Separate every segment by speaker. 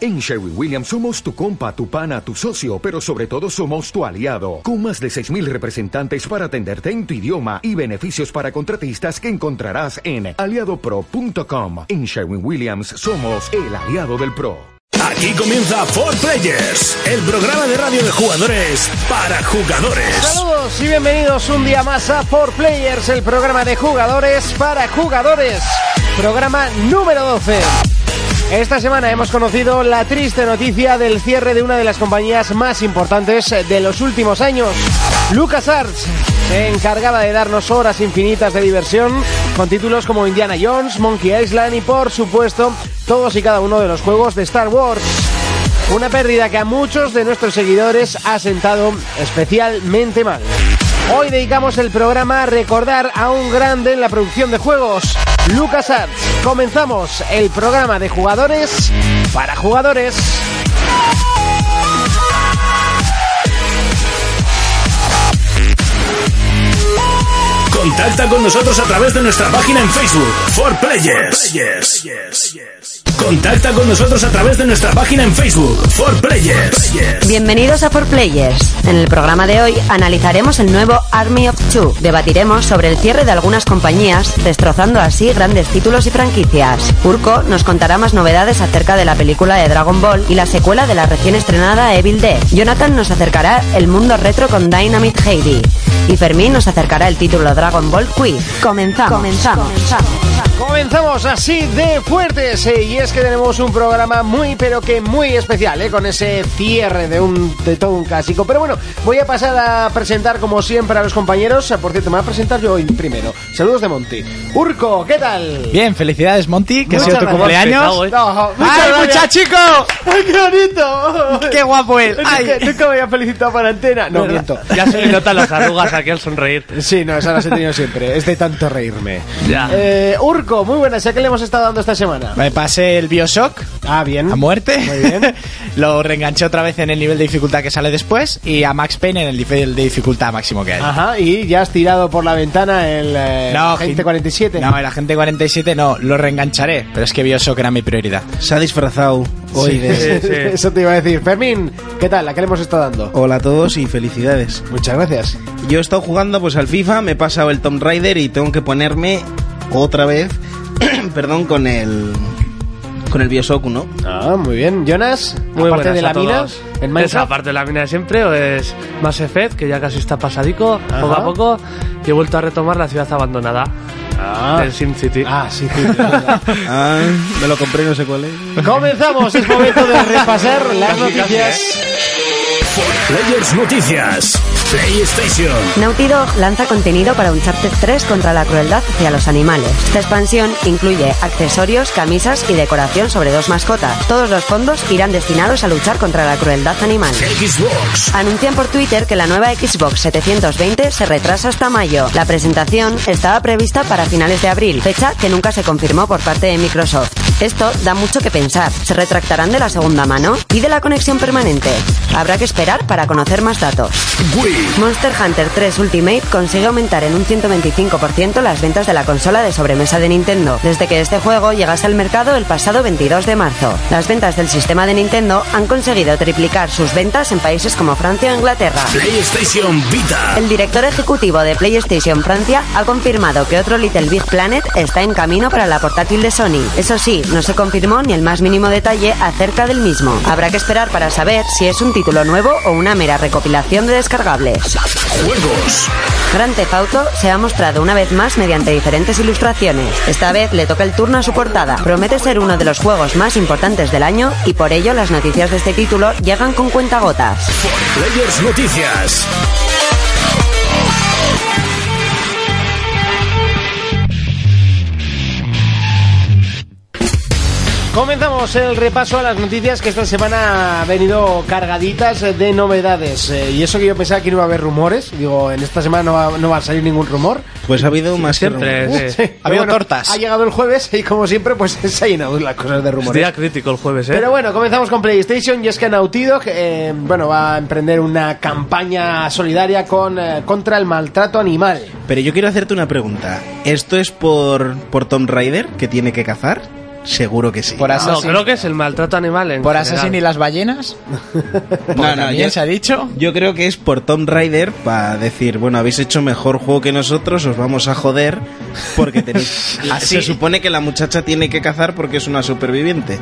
Speaker 1: En Sherwin Williams somos tu compa, tu pana, tu socio, pero sobre todo somos tu aliado, con más de 6.000 representantes para atenderte en tu idioma y beneficios para contratistas que encontrarás en aliadopro.com. En Sherwin Williams somos el aliado del PRO.
Speaker 2: Aquí comienza For Players, el programa de radio de jugadores para jugadores.
Speaker 3: Saludos y bienvenidos un día más a 4Players, el programa de jugadores para jugadores. Programa número 12. Esta semana hemos conocido la triste noticia del cierre de una de las compañías más importantes de los últimos años. LucasArts se encargaba de darnos horas infinitas de diversión con títulos como Indiana Jones, Monkey Island y por supuesto todos y cada uno de los juegos de Star Wars. Una pérdida que a muchos de nuestros seguidores ha sentado especialmente mal. Hoy dedicamos el programa a recordar a un grande en la producción de juegos, LucasArts. Comenzamos el programa de jugadores para jugadores.
Speaker 2: Contacta con nosotros a través de nuestra página en Facebook, For Players. Contacta con nosotros a través de nuestra página en Facebook, For Players.
Speaker 4: Bienvenidos a 4Players. En el programa de hoy analizaremos el nuevo Army of Two. Debatiremos sobre el cierre de algunas compañías, destrozando así grandes títulos y franquicias. Urco nos contará más novedades acerca de la película de Dragon Ball y la secuela de la recién estrenada Evil Dead. Jonathan nos acercará el mundo retro con Dynamite Heidi. Y Fermín nos acercará el título Dragon Ball Quiz. Comenzamos. Comenzamos.
Speaker 3: Comenzamos así de fuertes eh, y es que tenemos un programa muy pero que muy especial eh, con ese cierre de un de todo un clásico. Pero bueno, voy a pasar a presentar como siempre a los compañeros. Ah, Por cierto, me voy a presentar yo hoy primero. Saludos de Monty. Urco, ¿qué tal?
Speaker 5: Bien, felicidades Monty, que ha sido
Speaker 3: Muchas
Speaker 5: tu
Speaker 3: gracias.
Speaker 5: cumpleaños.
Speaker 3: No, muchas
Speaker 5: ¡Ay,
Speaker 3: gracias.
Speaker 5: muchachico!
Speaker 3: ¡Ay, qué bonito!
Speaker 5: ¡Qué guapo él!
Speaker 3: Nunca,
Speaker 5: ¡Ay!
Speaker 3: nunca me había felicitado para antena. No, miento.
Speaker 6: Ya se le notan las arrugas aquí al sonreír.
Speaker 3: Sí, no, esa las he tenido siempre. Es de tanto reírme.
Speaker 6: Ya.
Speaker 3: Eh, Urco, muy buenas. ¿A qué le hemos estado dando esta semana?
Speaker 5: Me pasé el Bioshock
Speaker 3: Ah, bien.
Speaker 5: a muerte.
Speaker 3: Muy bien.
Speaker 5: Lo reenganché otra vez en el nivel de dificultad que sale después y a Max Payne en el nivel de dificultad máximo que hay.
Speaker 3: Ajá, y ya has tirado por la ventana el eh, Gente
Speaker 5: gente-
Speaker 3: 47.
Speaker 5: No, el agente 47 no, lo reengancharé, pero es que Bioshock era mi prioridad.
Speaker 7: Se ha disfrazado hoy
Speaker 3: Sí,
Speaker 7: de...
Speaker 6: sí.
Speaker 3: Eso te iba a decir. Fermín, ¿qué tal? ¿A qué le hemos estado dando?
Speaker 7: Hola a todos y felicidades.
Speaker 3: Muchas gracias.
Speaker 7: Yo he estado jugando pues al FIFA, me he pasado el Tomb Raider y tengo que ponerme otra vez, perdón, con el con el Bioshock, ¿no?
Speaker 3: Ah, muy bien. Jonas,
Speaker 6: Muy
Speaker 3: aparte
Speaker 6: buenas
Speaker 3: de la
Speaker 6: a
Speaker 3: mina,
Speaker 6: todos.
Speaker 3: en
Speaker 6: ¿Es
Speaker 3: Minecraft.
Speaker 6: aparte de la mina de siempre o es más Effect, que ya casi está pasadico, poco a poco, y he vuelto a retomar la ciudad abandonada
Speaker 3: Ah.
Speaker 6: del SimCity.
Speaker 3: Ah, sí, sí, es verdad.
Speaker 7: Ah, me lo compré, no sé cuál es.
Speaker 3: Comenzamos, es momento de repasar las
Speaker 6: ¿eh?
Speaker 3: noticias.
Speaker 2: Players Noticias, PlayStation,
Speaker 4: Naughty Dog lanza contenido para Uncharted 3 contra la crueldad hacia los animales. Esta expansión incluye accesorios, camisas y decoración sobre dos mascotas. Todos los fondos irán destinados a luchar contra la crueldad animal.
Speaker 2: Xbox,
Speaker 4: Anuncian por Twitter que la nueva Xbox 720 se retrasa hasta mayo. La presentación estaba prevista para finales de abril, fecha que nunca se confirmó por parte de Microsoft. Esto da mucho que pensar. ¿Se retractarán de la segunda mano y de la conexión permanente? Habrá que esperar para conocer más datos.
Speaker 2: Wii,
Speaker 4: Monster Hunter 3 Ultimate consigue aumentar en un 125% las ventas de la consola de sobremesa de Nintendo, desde que este juego llegase al mercado el pasado 22 de marzo. Las ventas del sistema de Nintendo han conseguido triplicar sus ventas en países como Francia e Inglaterra.
Speaker 2: PlayStation Vita,
Speaker 4: El director ejecutivo de PlayStation Francia ha confirmado que otro Little Big Planet está en camino para la portátil de Sony. Eso sí, no se confirmó ni el más mínimo detalle acerca del mismo. Habrá que esperar para saber si es un título nuevo o una mera recopilación de descargables.
Speaker 2: Juegos,
Speaker 4: Gran Theft Auto se ha mostrado una vez más mediante diferentes ilustraciones. Esta vez le toca el turno a su portada. Promete ser uno de los juegos más importantes del año y por ello las noticias de este título llegan con cuentagotas.
Speaker 2: Players Noticias,
Speaker 3: Comenzamos el repaso a las noticias que esta semana ha venido cargaditas de novedades. Eh, y eso que yo pensaba que no iba a haber rumores. Digo, en esta semana no va, no va a salir ningún rumor.
Speaker 7: Pues ha habido más que
Speaker 6: siempre,
Speaker 7: rumores.
Speaker 6: sí.
Speaker 3: Sí, pero
Speaker 5: habido tortas.
Speaker 3: Ha llegado el jueves y como siempre pues se ha llenado las cosas de
Speaker 6: Es
Speaker 3: rumores.
Speaker 6: día crítico el jueves, ¿eh?
Speaker 3: Pero bueno, comenzamos con PlayStation y es que Naughty Dog, eh, bueno, va a emprender una campaña solidaria con, eh, contra el maltrato animal.
Speaker 7: Pero yo quiero hacerte una pregunta. ¿Esto es por por Tomb Raider que tiene que cazar? Seguro que sí.
Speaker 5: Por
Speaker 6: No,
Speaker 5: Assassin.
Speaker 6: creo que es el maltrato animal en
Speaker 5: Por
Speaker 6: general.
Speaker 5: Assassin y las ballenas.
Speaker 7: No, no,
Speaker 5: También
Speaker 7: yo,
Speaker 5: se ha dicho.
Speaker 7: yo creo que es por Tomb Raider para decir, bueno, habéis hecho mejor juego que nosotros, os vamos a joder porque tenéis... Ah,
Speaker 5: Así.
Speaker 7: Se supone que la muchacha tiene que cazar porque es una superviviente.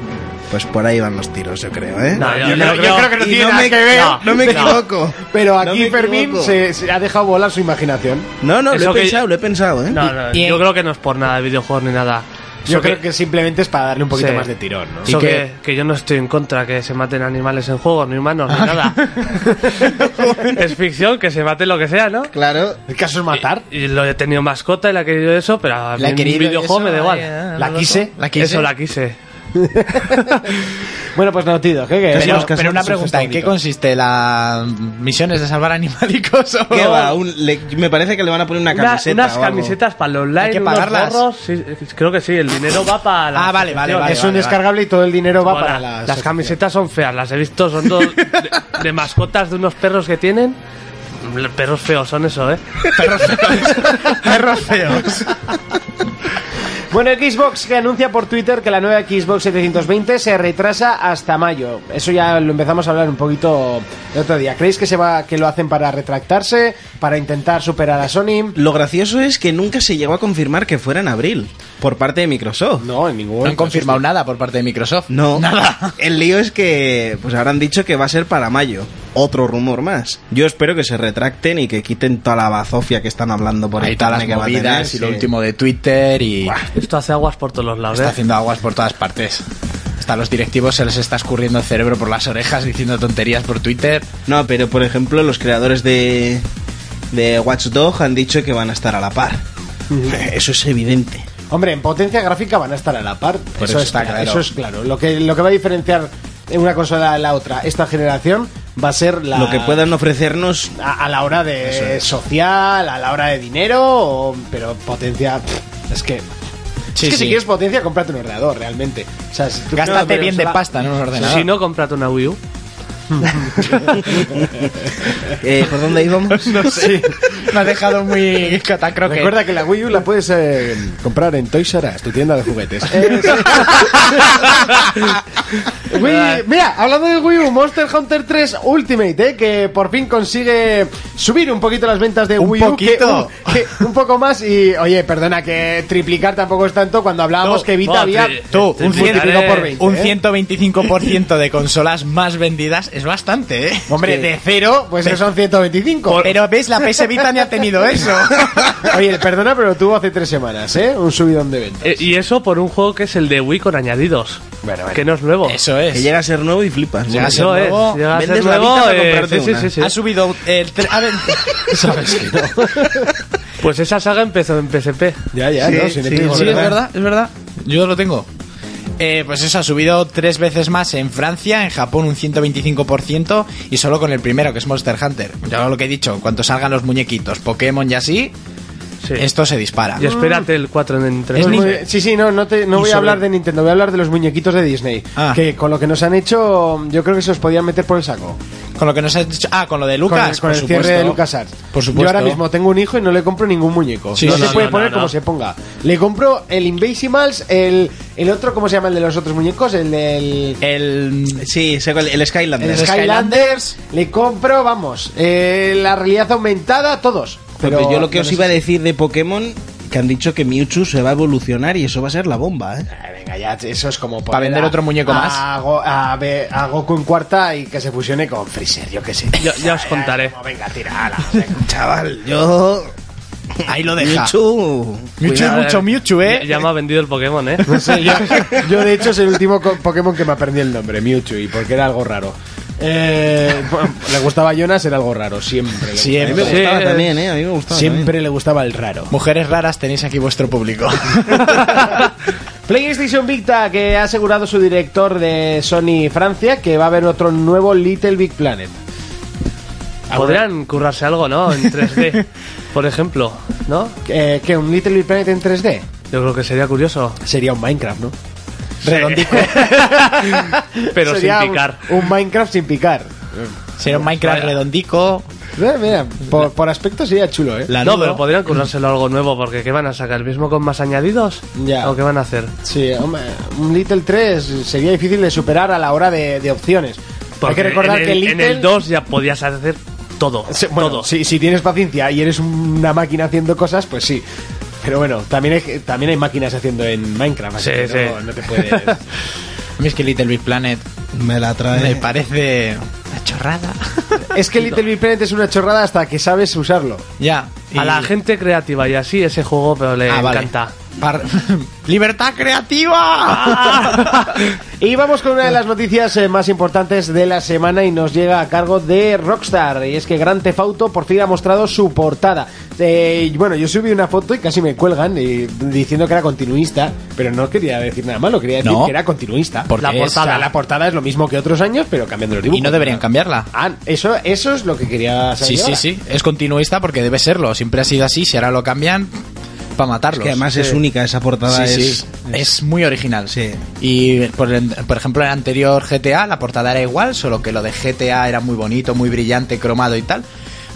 Speaker 7: Pues por ahí van los tiros, yo creo, ¿eh?
Speaker 6: No, yo-
Speaker 7: Y
Speaker 6: yo- yo creo que
Speaker 3: no
Speaker 7: y
Speaker 3: tiene nada
Speaker 7: me,
Speaker 3: que ver.
Speaker 7: No, no me
Speaker 3: No.
Speaker 7: equivoco.
Speaker 3: Pero
Speaker 7: No
Speaker 3: aquí
Speaker 7: me
Speaker 3: Fermín
Speaker 7: equivoco.
Speaker 3: se, se ha dejado volar su imaginación.
Speaker 7: No, no,
Speaker 6: Eso
Speaker 7: lo he
Speaker 6: que-
Speaker 7: pensado, lo he pensado, ¿eh?
Speaker 6: No, no,
Speaker 5: Y-
Speaker 6: yo creo que no es por nada de videojuegos ni nada.
Speaker 3: Yo
Speaker 6: Eso
Speaker 3: creo que simplemente es para darle un poquito
Speaker 6: Sí.
Speaker 3: más de tirón, ¿no?
Speaker 6: eso que, que yo no estoy en contra que se maten animales en juegos, ni humanos, ni nada. es ficción, que se mate lo que sea, ¿no?
Speaker 7: Claro,
Speaker 3: El caso es matar.
Speaker 6: Y lo he tenido mascota y la he querido eso, pero a mí
Speaker 5: La he
Speaker 6: un
Speaker 5: querido
Speaker 6: videojuego
Speaker 5: eso,
Speaker 6: me da igual.
Speaker 5: ay, ah,
Speaker 3: La quise,
Speaker 5: la quise.
Speaker 6: Eso la quise.
Speaker 3: Bueno, pues no, tío, ¿qué? qué?
Speaker 5: Pero,
Speaker 7: Nos casamos
Speaker 5: pero una
Speaker 7: en
Speaker 5: pregunta, ¿en
Speaker 7: Sexto
Speaker 5: qué consiste las misiones de salvar animalicos? o-
Speaker 7: ¿qué va? Un- le- me parece que le van a poner una
Speaker 6: Una-
Speaker 7: camiseta.
Speaker 6: unas
Speaker 7: o algo.
Speaker 6: camisetas para el online,
Speaker 5: Hay que
Speaker 6: unos
Speaker 5: pagarlas.
Speaker 6: gorros, sí, creo que sí, el dinero va para la
Speaker 5: Ah, vale, vale,
Speaker 6: asociación.
Speaker 5: vale.
Speaker 3: es un descargable y todo el dinero va para
Speaker 6: Ahora,
Speaker 3: la
Speaker 6: las
Speaker 3: asociación.
Speaker 6: camisetas son feas, las he visto, son dos de, de mascotas de unos perros que tienen. Perros feos son eso, ¿eh?
Speaker 5: Perros feos.
Speaker 3: Bueno, Xbox que anuncia por Twitter que la nueva Xbox 720 se retrasa hasta mayo. Eso ya lo empezamos a hablar un poquito el otro día. ¿Creéis que se va que lo hacen para retractarse, para intentar superar a Sony?
Speaker 7: Lo gracioso es que nunca se llegó a confirmar que fuera en abril por parte de Microsoft.
Speaker 3: No, en ningún
Speaker 5: No han
Speaker 3: momento.
Speaker 5: confirmado nada por parte de Microsoft.
Speaker 7: No, El lío es que pues habrán dicho que va a ser para mayo. Otro rumor más. Yo espero que se retracten y que quiten toda la bazofia que están hablando por
Speaker 5: Ahí
Speaker 7: ahí.
Speaker 5: todas las movidas y lo último de Twitter y
Speaker 6: Esto hace aguas por todos los lados,
Speaker 5: está
Speaker 6: ¿eh?
Speaker 5: haciendo aguas por todas partes. Hasta a los directivos se les está escurriendo el cerebro por las orejas diciendo tonterías por Twitter.
Speaker 7: No, pero por ejemplo, los creadores de de Watch Dog han dicho que van a estar a la par. Eso es evidente.
Speaker 3: Hombre, en potencia gráfica van a estar a la par.
Speaker 5: Por eso está claro.
Speaker 3: Eso es claro. Lo que, lo que va a diferenciar una consola de la otra esta generación va a ser la...
Speaker 7: Lo que puedan ofrecernos
Speaker 3: A, a la hora de social, a la hora de dinero, o- pero potencia... pff, es que...
Speaker 5: Sí,
Speaker 3: es que
Speaker 5: sí.
Speaker 3: si quieres potencia, cómprate un ordenador, realmente. O sea, si tú- no,
Speaker 5: Gástate
Speaker 3: pero
Speaker 5: bien de
Speaker 3: sola-
Speaker 5: pasta, no en un ordenador.
Speaker 6: Si no, cómprate una Wii U.
Speaker 7: eh, por dónde
Speaker 5: Pues
Speaker 7: íbamos.
Speaker 5: Me ha dejado muy catacroque.
Speaker 3: Recuerda que la Wii U la puedes eh, comprar en Toys R Us, tu tienda de juguetes. Eh, Wii- mira, hablando de Wii U, Monster Hunter 3 Ultimate, eh, que por fin consigue subir un poquito las ventas de
Speaker 5: Un
Speaker 3: Wii U.
Speaker 5: poquito.
Speaker 3: Que un, que un poco más y, oye, perdona, que triplicar tampoco es tanto cuando hablábamos
Speaker 5: Tú,
Speaker 3: que Vita
Speaker 6: no,
Speaker 3: había
Speaker 6: tri-
Speaker 5: Tú, un,
Speaker 6: Multiplicado
Speaker 5: cien-
Speaker 6: por
Speaker 3: 20,
Speaker 5: un
Speaker 3: ¿eh?
Speaker 5: 125% de consolas más vendidas es bastante, ¿eh?
Speaker 3: Hombre, de cero, pues que son 125.
Speaker 5: Pero ves, la PS Vita ni ha tenido eso.
Speaker 3: Oye, perdona, pero lo tuvo hace tres semanas, ¿eh? Un subidón de ventas.
Speaker 6: Eh, y eso por un juego que es el de Wii con añadidos. Que no es nuevo.
Speaker 5: Eso
Speaker 7: Que
Speaker 5: es.
Speaker 7: llega a ser nuevo y flipas.
Speaker 5: Llega a ser
Speaker 6: Eso es.
Speaker 5: nuevo,
Speaker 6: Llega a ser
Speaker 7: vendes la
Speaker 6: nuevo,
Speaker 7: Vita para
Speaker 6: eh,
Speaker 7: comprarte
Speaker 6: sí, sí,
Speaker 7: una.
Speaker 6: sí, sí.
Speaker 5: Ha subido el... tre- A ver... Sabes que no.
Speaker 6: Pues esa saga empezó en PSP.
Speaker 3: Ya, ya,
Speaker 7: Sí,
Speaker 3: ¿no? Sin
Speaker 7: sí,
Speaker 3: embargo,
Speaker 5: Sí, es
Speaker 7: ¿verdad?
Speaker 5: verdad, es verdad. Yo lo tengo. Eh, pues eso, ha subido tres veces más en Francia, en Japón un 125% y solo con el primero, que es Monster Hunter. Ya lo que he dicho, en cuanto salgan los muñequitos, Pokémon y así,
Speaker 6: Sí.
Speaker 5: esto se dispara.
Speaker 6: Y espérate el 4 en 3.
Speaker 5: Es
Speaker 3: Pues
Speaker 5: Ni-
Speaker 3: muy bien. Sí, sí, no, no, te- no voy a
Speaker 5: sobre-
Speaker 3: hablar de Nintendo, voy a hablar de los muñequitos de Disney.
Speaker 5: Ah.
Speaker 3: Que con lo que nos han hecho, yo creo que se os podían meter por el saco.
Speaker 5: Con lo que nos has dicho... Ah, con lo de
Speaker 3: Con el-
Speaker 5: Lucas,
Speaker 3: con el,
Speaker 5: por supuesto.
Speaker 3: cierre de LucasArts.
Speaker 5: Por
Speaker 3: Yo
Speaker 5: supuesto.
Speaker 3: ahora mismo tengo un hijo y no le compro ningún muñeco.
Speaker 5: Sí,
Speaker 3: no
Speaker 5: sí,
Speaker 3: se
Speaker 5: sí.
Speaker 3: puede
Speaker 6: No, no,
Speaker 3: poner
Speaker 6: no,
Speaker 3: como
Speaker 6: no.
Speaker 3: se ponga. Le compro el Invasimals, el, el otro, ¿cómo se llama el de los otros muñecos? El del...
Speaker 5: El...
Speaker 7: Sí, sé cuál- el Skylander.
Speaker 3: el
Speaker 5: Skylanders.
Speaker 3: Skylanders. Le compro, vamos, eh, la realidad aumentada, todos.
Speaker 7: Pero yo lo que
Speaker 3: no
Speaker 7: os
Speaker 3: sé
Speaker 7: iba a
Speaker 3: si-
Speaker 7: decir de Pokémon, que han dicho que Mewtwo se va a evolucionar y eso va a ser la bomba, ¿eh?
Speaker 3: Ah, Venga, ya, eso es como
Speaker 5: ¿Para
Speaker 3: poner
Speaker 5: vender
Speaker 3: a-
Speaker 5: otro muñeco
Speaker 3: a
Speaker 5: más?
Speaker 3: Go- A, Be- a Goku en cuarta y que se fusione con Freezer, yo qué sé.
Speaker 6: Ya- ya os contaré.
Speaker 3: Como, venga, tira, ala, venga.
Speaker 7: Chaval, yo...
Speaker 5: Ahí lo deja.
Speaker 7: Mewtwo...
Speaker 5: Mewtwo es mucho Mewtwo, ¿eh?
Speaker 6: Ya me ha vendido el Pokémon, ¿eh?
Speaker 3: No sé, yo, yo, de hecho es el último co- Pokémon que me aprendí el nombre, Mewtwo, y porque era algo raro. Eh, bueno, le gustaba a Jonas, era algo raro, siempre. Le
Speaker 5: Siempre. Ah,
Speaker 7: A mí me gustaba
Speaker 6: Sí, eh,
Speaker 7: también, ¿eh? A mí me gustaba
Speaker 3: Siempre le gustaba el raro.
Speaker 5: Mujeres raras tenéis aquí vuestro público.
Speaker 3: PlayStation Vita que ha asegurado su director de Sony Francia que va a haber otro nuevo Little Big Planet.
Speaker 6: Podrían currarse algo, ¿no? En 3D, por ejemplo, ¿no?
Speaker 3: Eh, que un Little Big Planet en 3D
Speaker 6: Yo creo que sería curioso.
Speaker 3: sería un Minecraft, ¿no?
Speaker 5: Redondico.
Speaker 6: Pero
Speaker 3: Sería
Speaker 6: sin picar.
Speaker 3: Un, un Minecraft sin picar.
Speaker 5: Será un Minecraft
Speaker 6: Vaya.
Speaker 5: redondico.
Speaker 3: Eh, Mira, por, por aspecto sería chulo, ¿eh?
Speaker 5: La
Speaker 6: no,
Speaker 5: Ludo-
Speaker 6: pero podrían currárselo algo nuevo, porque ¿qué van a sacar? ¿El mismo con más añadidos?
Speaker 3: Ya.
Speaker 6: ¿O qué van a hacer?
Speaker 3: Sí, hombre, un Little 3 sería difícil de superar a la hora de, de opciones. Hay
Speaker 6: Porque
Speaker 3: que recordar
Speaker 6: en el,
Speaker 3: que Little...
Speaker 6: en el 2 ya podías hacer todo.
Speaker 3: Sí, bueno,
Speaker 6: todo.
Speaker 3: Si, si tienes paciencia y eres una máquina haciendo cosas, pues sí. Pero bueno, también hay, también hay máquinas haciendo en Minecraft. así
Speaker 6: Sí,
Speaker 3: que no-
Speaker 6: sí.
Speaker 3: no te puedes...
Speaker 5: A mí es que Little Big Planet
Speaker 7: Me la
Speaker 5: me
Speaker 7: trae.
Speaker 5: parece una chorrada.
Speaker 3: Es que Little Big Planet es una chorrada hasta que sabes usarlo.
Speaker 5: ya. y-
Speaker 6: A la gente creativa y así ese juego, pero le
Speaker 5: Ah, vale.
Speaker 6: encanta.
Speaker 5: Par- ¡Libertad
Speaker 3: Ah.
Speaker 5: creativa!
Speaker 3: Y vamos con una de las noticias eh, más importantes de la semana y nos llega a cargo de Rockstar. Y es que Grand Theft Auto por fin ha mostrado su portada. Eh, y bueno, yo subí una foto y casi me cuelgan eh, diciendo que era continuista, pero no quería decir nada malo, quería decir
Speaker 5: No.
Speaker 3: que era continuista.
Speaker 5: Porque
Speaker 3: la
Speaker 5: es-
Speaker 3: portada, la portada es lo mismo que otros años, pero cambiando los dibujos.
Speaker 5: y no deberían cambiarla.
Speaker 3: Ah, eso, eso es lo que quería saber. yo
Speaker 5: Sí, sí,
Speaker 3: ahora.
Speaker 5: sí. Es continuista porque debe serlo. Siempre ha sido así. Si ahora lo cambian, para matarlos.
Speaker 7: Que además es única esa portada.
Speaker 5: Sí, sí.
Speaker 7: es,
Speaker 5: es, muy original.
Speaker 7: Sí.
Speaker 5: Y por, el- por ejemplo, en el anterior GTA la portada era igual, solo que lo de GTA era muy bonito, muy brillante, cromado y tal.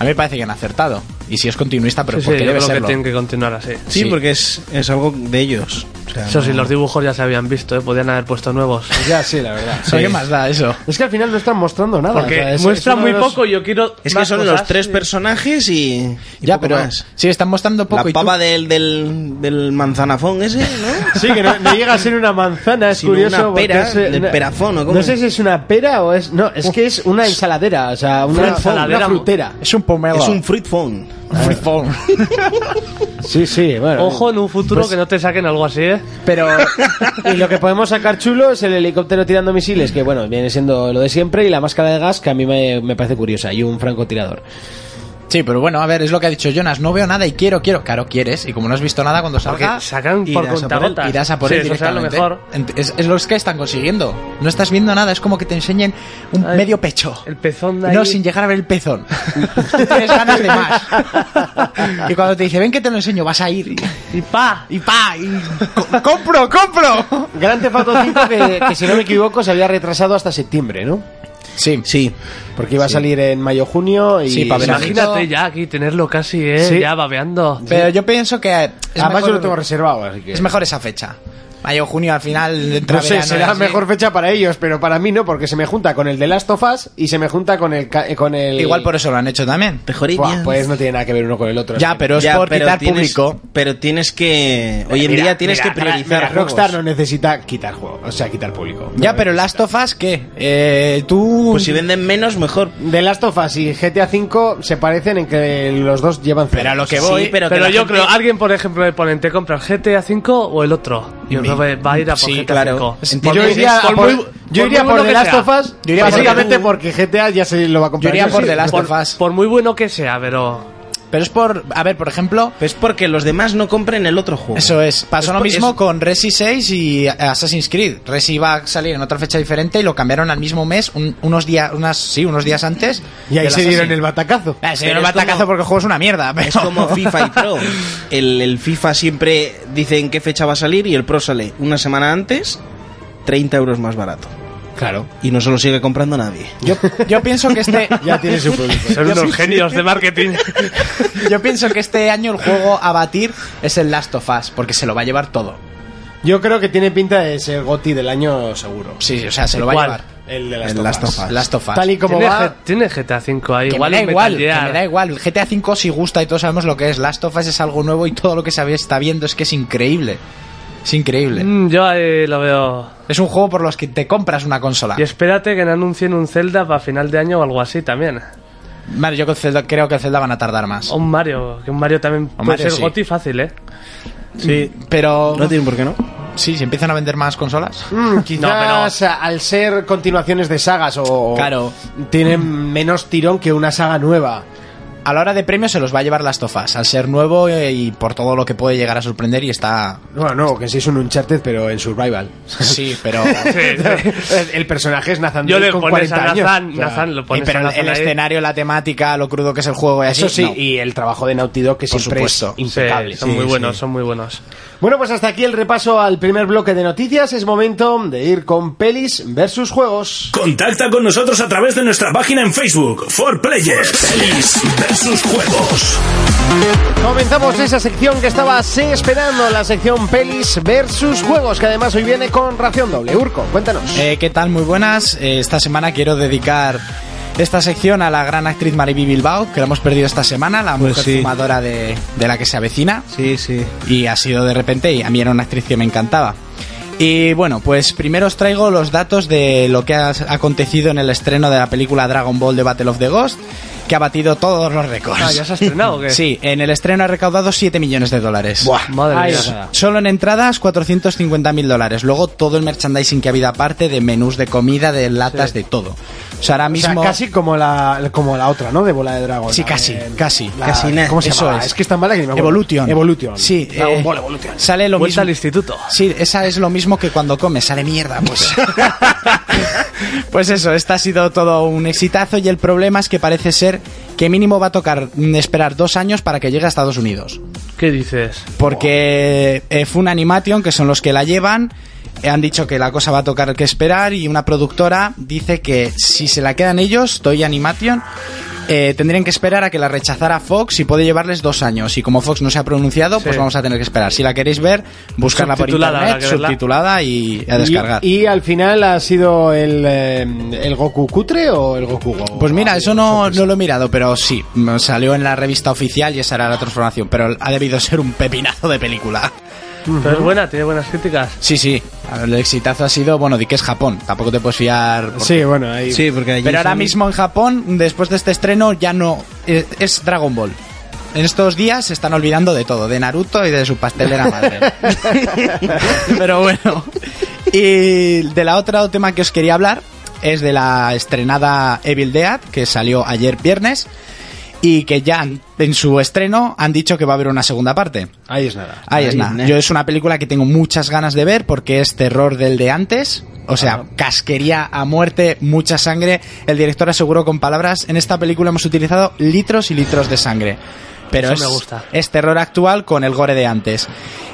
Speaker 5: A mí me parece que han acertado. Y si es continuista, pero
Speaker 6: Sí, sí,
Speaker 5: porque
Speaker 6: yo
Speaker 5: debe
Speaker 6: creo que
Speaker 5: serlo.
Speaker 6: tienen que continuar así.
Speaker 7: Sí,
Speaker 5: Sí.
Speaker 7: porque es, es algo de ellos. O sea,
Speaker 6: Eso sí,
Speaker 7: no-
Speaker 6: los dibujos ya se habían visto, ¿eh? podían haber puesto nuevos.
Speaker 3: Ya, sí, la verdad.
Speaker 5: ¿Pero ¿Qué más da eso?
Speaker 3: Es que al final no están mostrando nada.
Speaker 6: Porque
Speaker 3: o sea, es-
Speaker 6: muestra
Speaker 3: es uno
Speaker 6: muy
Speaker 3: de los-
Speaker 6: poco, yo quiero.
Speaker 7: Es que
Speaker 6: más
Speaker 7: son
Speaker 6: cosas.
Speaker 7: los tres personajes y. y
Speaker 5: ya,
Speaker 7: poco
Speaker 5: pero
Speaker 7: más.
Speaker 5: sí, están mostrando
Speaker 7: La
Speaker 5: poco y tú-
Speaker 7: papa del, del, del manzanafón ese, ¿no?
Speaker 3: Sí, que no, no llega a ser una manzana, es
Speaker 7: Sino
Speaker 3: curioso.
Speaker 7: una
Speaker 3: porque
Speaker 7: pera,
Speaker 3: es,
Speaker 7: del
Speaker 3: una-
Speaker 7: perafón, ¿o cómo
Speaker 3: No
Speaker 7: es?
Speaker 3: sé si es una pera o es. No, es que es una ensaladera, o sea, una,
Speaker 6: Una ensaladera.
Speaker 3: una frutera.
Speaker 5: Es un pomelo.
Speaker 7: es un fruit phone.
Speaker 5: free phone.
Speaker 3: Sí, sí, bueno.
Speaker 6: Ojo en un futuro que no te saquen algo así, ¿eh?
Speaker 3: Pero. Y lo que podemos sacar chulo es el helicóptero tirando misiles, que bueno, viene siendo lo de siempre, y la máscara de gas, que a mí me, me parece curiosa, y un francotirador.
Speaker 5: Sí, pero bueno, a ver, es lo que ha dicho Jonas. No veo nada y quiero, quiero. Claro, quieres. Y como no has visto nada, cuando
Speaker 6: Porque
Speaker 5: salga,
Speaker 6: sacan por
Speaker 7: irás a por él,
Speaker 6: contagotas.
Speaker 5: irás a por
Speaker 6: Sí,
Speaker 5: él
Speaker 6: eso será lo
Speaker 5: directamente.
Speaker 6: mejor.
Speaker 5: Ent- Es, es lo que están consiguiendo. No estás viendo nada, es como que te enseñen un
Speaker 6: Ay,
Speaker 5: medio pecho.
Speaker 6: El pezón de ahí.
Speaker 5: No, sin llegar a ver el pezón. Tienes ganas de más. Y cuando te dice, ven que te lo enseño, vas a ir.
Speaker 6: Y pa.
Speaker 5: Y pa, y co- compro, compro.
Speaker 3: Gran Tefato 5, que, que si no me equivoco, se había retrasado hasta septiembre, ¿no?
Speaker 5: Sí,
Speaker 7: Sí.
Speaker 3: Porque iba a salir en mayo-junio y.
Speaker 5: Sí, para ver-
Speaker 6: Pues Imagínate ya aquí tenerlo casi, ¿eh?
Speaker 3: Sí.
Speaker 6: Ya babeando.
Speaker 5: Pero yo pienso que eh, es,
Speaker 3: Además, yo lo
Speaker 5: mejor,
Speaker 3: tengo reservado, así que.
Speaker 5: es mejor esa fecha. Mayo, junio, al final entra
Speaker 3: No sé,
Speaker 5: verano,
Speaker 3: será
Speaker 5: así.
Speaker 3: mejor fecha para ellos, pero para mí no, porque se me junta con el de Last of Us y se me junta con el... ca- eh, Con el...
Speaker 5: Igual por eso lo han hecho también.
Speaker 7: Pejorillas.
Speaker 3: Buah, pues no tiene nada que ver uno con el otro.
Speaker 5: Ya, pero es
Speaker 7: Ya,
Speaker 5: por quitar
Speaker 7: tienes-
Speaker 5: público.
Speaker 7: Pero tienes que. Hoy en
Speaker 3: Mira,
Speaker 7: día tienes
Speaker 3: mira,
Speaker 7: que priorizar.
Speaker 3: mira,
Speaker 7: juegos.
Speaker 3: Rockstar no necesita quitar juego, o sea, quitar público.
Speaker 5: Ya, pero Last of Us, ¿qué? Eh, tú...
Speaker 7: Pues si venden menos, mejor.
Speaker 3: De Last of Us y GTA V se parecen en que los dos llevan cero.
Speaker 5: Pero a lo que
Speaker 7: Sí,
Speaker 5: voy...
Speaker 7: pero-
Speaker 6: Pero,
Speaker 7: que la
Speaker 6: yo
Speaker 7: gente-
Speaker 6: creo, alguien, por ejemplo, el ponente compra el GTA V o el otro. Yo
Speaker 5: Y
Speaker 6: creo
Speaker 5: me-
Speaker 6: que va a ir a por
Speaker 5: sí,
Speaker 6: GTA
Speaker 7: claro.
Speaker 6: V.
Speaker 3: Yo iría a por, yo iría por The Last of Us,
Speaker 5: Yo iría por-
Speaker 3: básicamente porque GTA ya se lo va a comprar.
Speaker 5: Yo iría por
Speaker 3: sí.
Speaker 5: The Last
Speaker 6: por,
Speaker 5: of Us.
Speaker 6: por muy bueno que sea, pero.
Speaker 5: Pero es por... A ver, por ejemplo...
Speaker 7: Pues porque los demás no compren el otro juego.
Speaker 5: Eso es. Pasó
Speaker 7: Es
Speaker 5: lo
Speaker 7: por-
Speaker 5: mismo
Speaker 7: es-
Speaker 5: con Resi 6 y Assassin's Creed. Resi iba a salir en otra fecha diferente y lo cambiaron al mismo mes, un- unos días, unas, sí, unos días antes.
Speaker 3: Y ahí
Speaker 5: del
Speaker 3: se dieron
Speaker 5: Assassin.
Speaker 3: el batacazo.
Speaker 5: Ah, se dieron el
Speaker 7: Pero es
Speaker 5: batacazo
Speaker 7: como-
Speaker 5: porque el juego es una mierda. pero-
Speaker 7: Es como FIFA y Pro. El, el FIFA siempre dice en qué fecha va a salir y el Pro sale una semana antes, 30 euros más barato.
Speaker 3: Claro.
Speaker 7: Y no se lo sigue comprando nadie.
Speaker 5: Yo, yo pienso que este...
Speaker 3: Ya tiene su público.
Speaker 6: Son unos genios de marketing.
Speaker 5: Yo pienso que este año el juego a batir es el Last of Us, porque se lo va a llevar todo.
Speaker 3: Yo creo que tiene pinta de ser GOTI del año seguro.
Speaker 5: Sí, o sea, se lo va a
Speaker 6: ¿Cuál?
Speaker 5: llevar.
Speaker 3: El de
Speaker 7: El Last of Us.
Speaker 5: Last of Us.
Speaker 3: Tal y como
Speaker 6: tiene,
Speaker 3: va...
Speaker 6: G- tiene GTA V ahí.
Speaker 5: Que
Speaker 6: igual
Speaker 5: me
Speaker 6: un
Speaker 5: da igual,
Speaker 6: Metal Gear.
Speaker 5: que me da igual. El GTA V sí gusta y todos sabemos lo que es. Last of Us es algo nuevo y todo lo que se ve- está viendo es que es increíble. Es increíble.
Speaker 6: Mm, Yo ahí lo veo.
Speaker 5: Es un juego por los que te compras una consola.
Speaker 6: Y espérate que no anuncien un Zelda para final de año o algo así también.
Speaker 5: Vale, yo con Zelda- creo que Zelda van a tardar más.
Speaker 6: O un Mario, que un Mario también puede
Speaker 5: Mario,
Speaker 6: ser
Speaker 5: sí.
Speaker 6: goti fácil, ¿eh?
Speaker 7: Sí.
Speaker 5: Pero
Speaker 7: No tienen por qué no.
Speaker 5: sí, si empiezan a vender más consolas.
Speaker 3: Mm, quizás a- al ser continuaciones de sagas o...
Speaker 5: Claro.
Speaker 3: Tienen menos tirón que una saga nueva.
Speaker 5: A la hora de premios se los va a llevar las tofas, al ser nuevo eh, y por todo lo que puede llegar a sorprender y está...
Speaker 3: Bueno, no, que sí es un Uncharted, pero en Survival.
Speaker 5: Sí, pero...
Speaker 6: Sí, sí.
Speaker 3: El personaje es Nathan
Speaker 6: Yo
Speaker 3: Drake
Speaker 6: le
Speaker 3: con
Speaker 6: pones
Speaker 3: 40
Speaker 6: a
Speaker 3: años.
Speaker 6: Nathan,
Speaker 3: O sea,
Speaker 6: Nathan lo
Speaker 5: y
Speaker 6: pones
Speaker 5: Eh, pero
Speaker 6: a
Speaker 5: el,
Speaker 6: Nathan
Speaker 5: el
Speaker 6: ahí.
Speaker 5: escenario, la temática, lo crudo que es el juego y así...
Speaker 3: Eso sí,
Speaker 5: no.
Speaker 3: y el trabajo de Naughty Dog que
Speaker 5: Por
Speaker 3: siempre es
Speaker 5: supuesto.
Speaker 6: Sí,
Speaker 3: impecable.
Speaker 6: son
Speaker 3: Sí,
Speaker 6: muy
Speaker 3: sí.
Speaker 6: buenos, son muy buenos.
Speaker 3: Bueno, pues hasta aquí el repaso al primer bloque de noticias. Es momento de ir con pelis versus juegos.
Speaker 2: Contacta con nosotros a través de nuestra página en Facebook, For Players, Pelis versus Juegos.
Speaker 8: Comenzamos esa sección que estaba así esperando, la sección pelis versus juegos, que además hoy viene con ración doble. Urco, cuéntanos.
Speaker 5: Eh, ¿Qué tal? Muy buenas. Eh, esta semana quiero dedicar esta sección a la gran actriz Mariby Bilbao, que la hemos perdido esta semana, la mujer
Speaker 7: Pues sí.
Speaker 5: fumadora de, de la que se avecina.
Speaker 7: Sí, sí.
Speaker 5: Y ha sido de repente, y a mí era una actriz que me encantaba. Y bueno, pues primero os traigo los datos de lo que ha acontecido en el estreno de la película Dragon Ball de Battle of the Ghost, que ha batido todos los récords.
Speaker 6: Ah, ¿ya se ha estrenado o qué?
Speaker 5: Pues Sí, en el estreno ha recaudado 7 millones de dólares.
Speaker 6: Madre
Speaker 3: Ay,
Speaker 6: mía.
Speaker 3: nada.
Speaker 5: Pues, Solo en entradas 450 mil dólares. Luego todo el merchandising que ha habido aparte de menús de comida, de latas, de todo. O sea, ahora
Speaker 3: O sea,
Speaker 5: mismo...
Speaker 3: casi como la, como la otra, ¿no? De bola de dragón.
Speaker 5: Sí,
Speaker 3: La
Speaker 5: casi,
Speaker 3: de-
Speaker 5: casi,
Speaker 3: la-
Speaker 7: casi nada.
Speaker 3: ¿Cómo se
Speaker 5: Eso
Speaker 3: llama?
Speaker 5: es.
Speaker 3: Es. que es tan mala que ni me acuerdo.
Speaker 5: Evolution.
Speaker 3: Evolution.
Speaker 5: Sí.
Speaker 3: Dragon
Speaker 5: eh,
Speaker 3: Ball Evolution.
Speaker 5: Sale lo
Speaker 6: Vuelta al
Speaker 5: mismo.
Speaker 6: instituto.
Speaker 5: Sí, esa es lo mismo que cuando comes, sale mierda, pues. pues eso, este ha sido todo un exitazo y el problema es que parece ser que mínimo va a tocar mm, esperar dos años para que llegue a Estados Unidos.
Speaker 6: ¿Qué dices?
Speaker 5: Porque eh, fue una animation, que son los que la llevan, eh, han dicho que la cosa va a tocar que esperar y una productora dice que si se la quedan ellos, Toy Animation, eh, tendrían que esperar a que la rechazara Fox y puede llevarles dos años. Y como Fox no se ha pronunciado, pues
Speaker 6: Sí.
Speaker 5: vamos a tener que esperar. Si la queréis ver, buscarla por
Speaker 6: Subtitulada, habrá
Speaker 5: internet,
Speaker 6: que verla.
Speaker 5: subtitulada y a
Speaker 3: Y-
Speaker 5: descargar.
Speaker 3: Y, al final ha sido el, eh, el Goku cutre o el Goku Go.
Speaker 5: Pues mira,
Speaker 3: Ah,
Speaker 5: eso
Speaker 3: bien,
Speaker 5: no,
Speaker 3: sorpresa.
Speaker 5: no lo he mirado, pero sí, me salió en la revista oficial y esa era la transformación, pero ha debido ser un pepinazo de película.
Speaker 6: Pero es buena, tiene buenas críticas.
Speaker 5: Sí, sí. El exitazo ha sido, bueno, di que es Japón. Tampoco te puedes fiar. por-
Speaker 3: Sí, bueno, ahí.
Speaker 7: Sí, porque allí
Speaker 5: Pero ahora
Speaker 7: son-
Speaker 5: mismo en Japón, después de este estreno, ya no. Es, es Dragon Ball. En estos días se están olvidando de todo, de Naruto y de su pastelera madre. Pero bueno. Y de la otra tema que os quería hablar es de la estrenada Evil Dead, que salió ayer viernes, y que ya han- en su estreno han dicho que va a haber una segunda parte.
Speaker 3: Ahí es nada.
Speaker 5: Ahí es
Speaker 7: Ahí,
Speaker 5: nada.
Speaker 7: ne.
Speaker 5: Yo es una película que tengo muchas ganas de ver porque es terror del de antes. O sea, casquería a muerte, mucha sangre. El director aseguró con palabras, en esta película hemos utilizado litros y litros de sangre. Pero
Speaker 6: Eso
Speaker 5: es,
Speaker 6: me gusta.
Speaker 5: es terror actual con el gore de antes.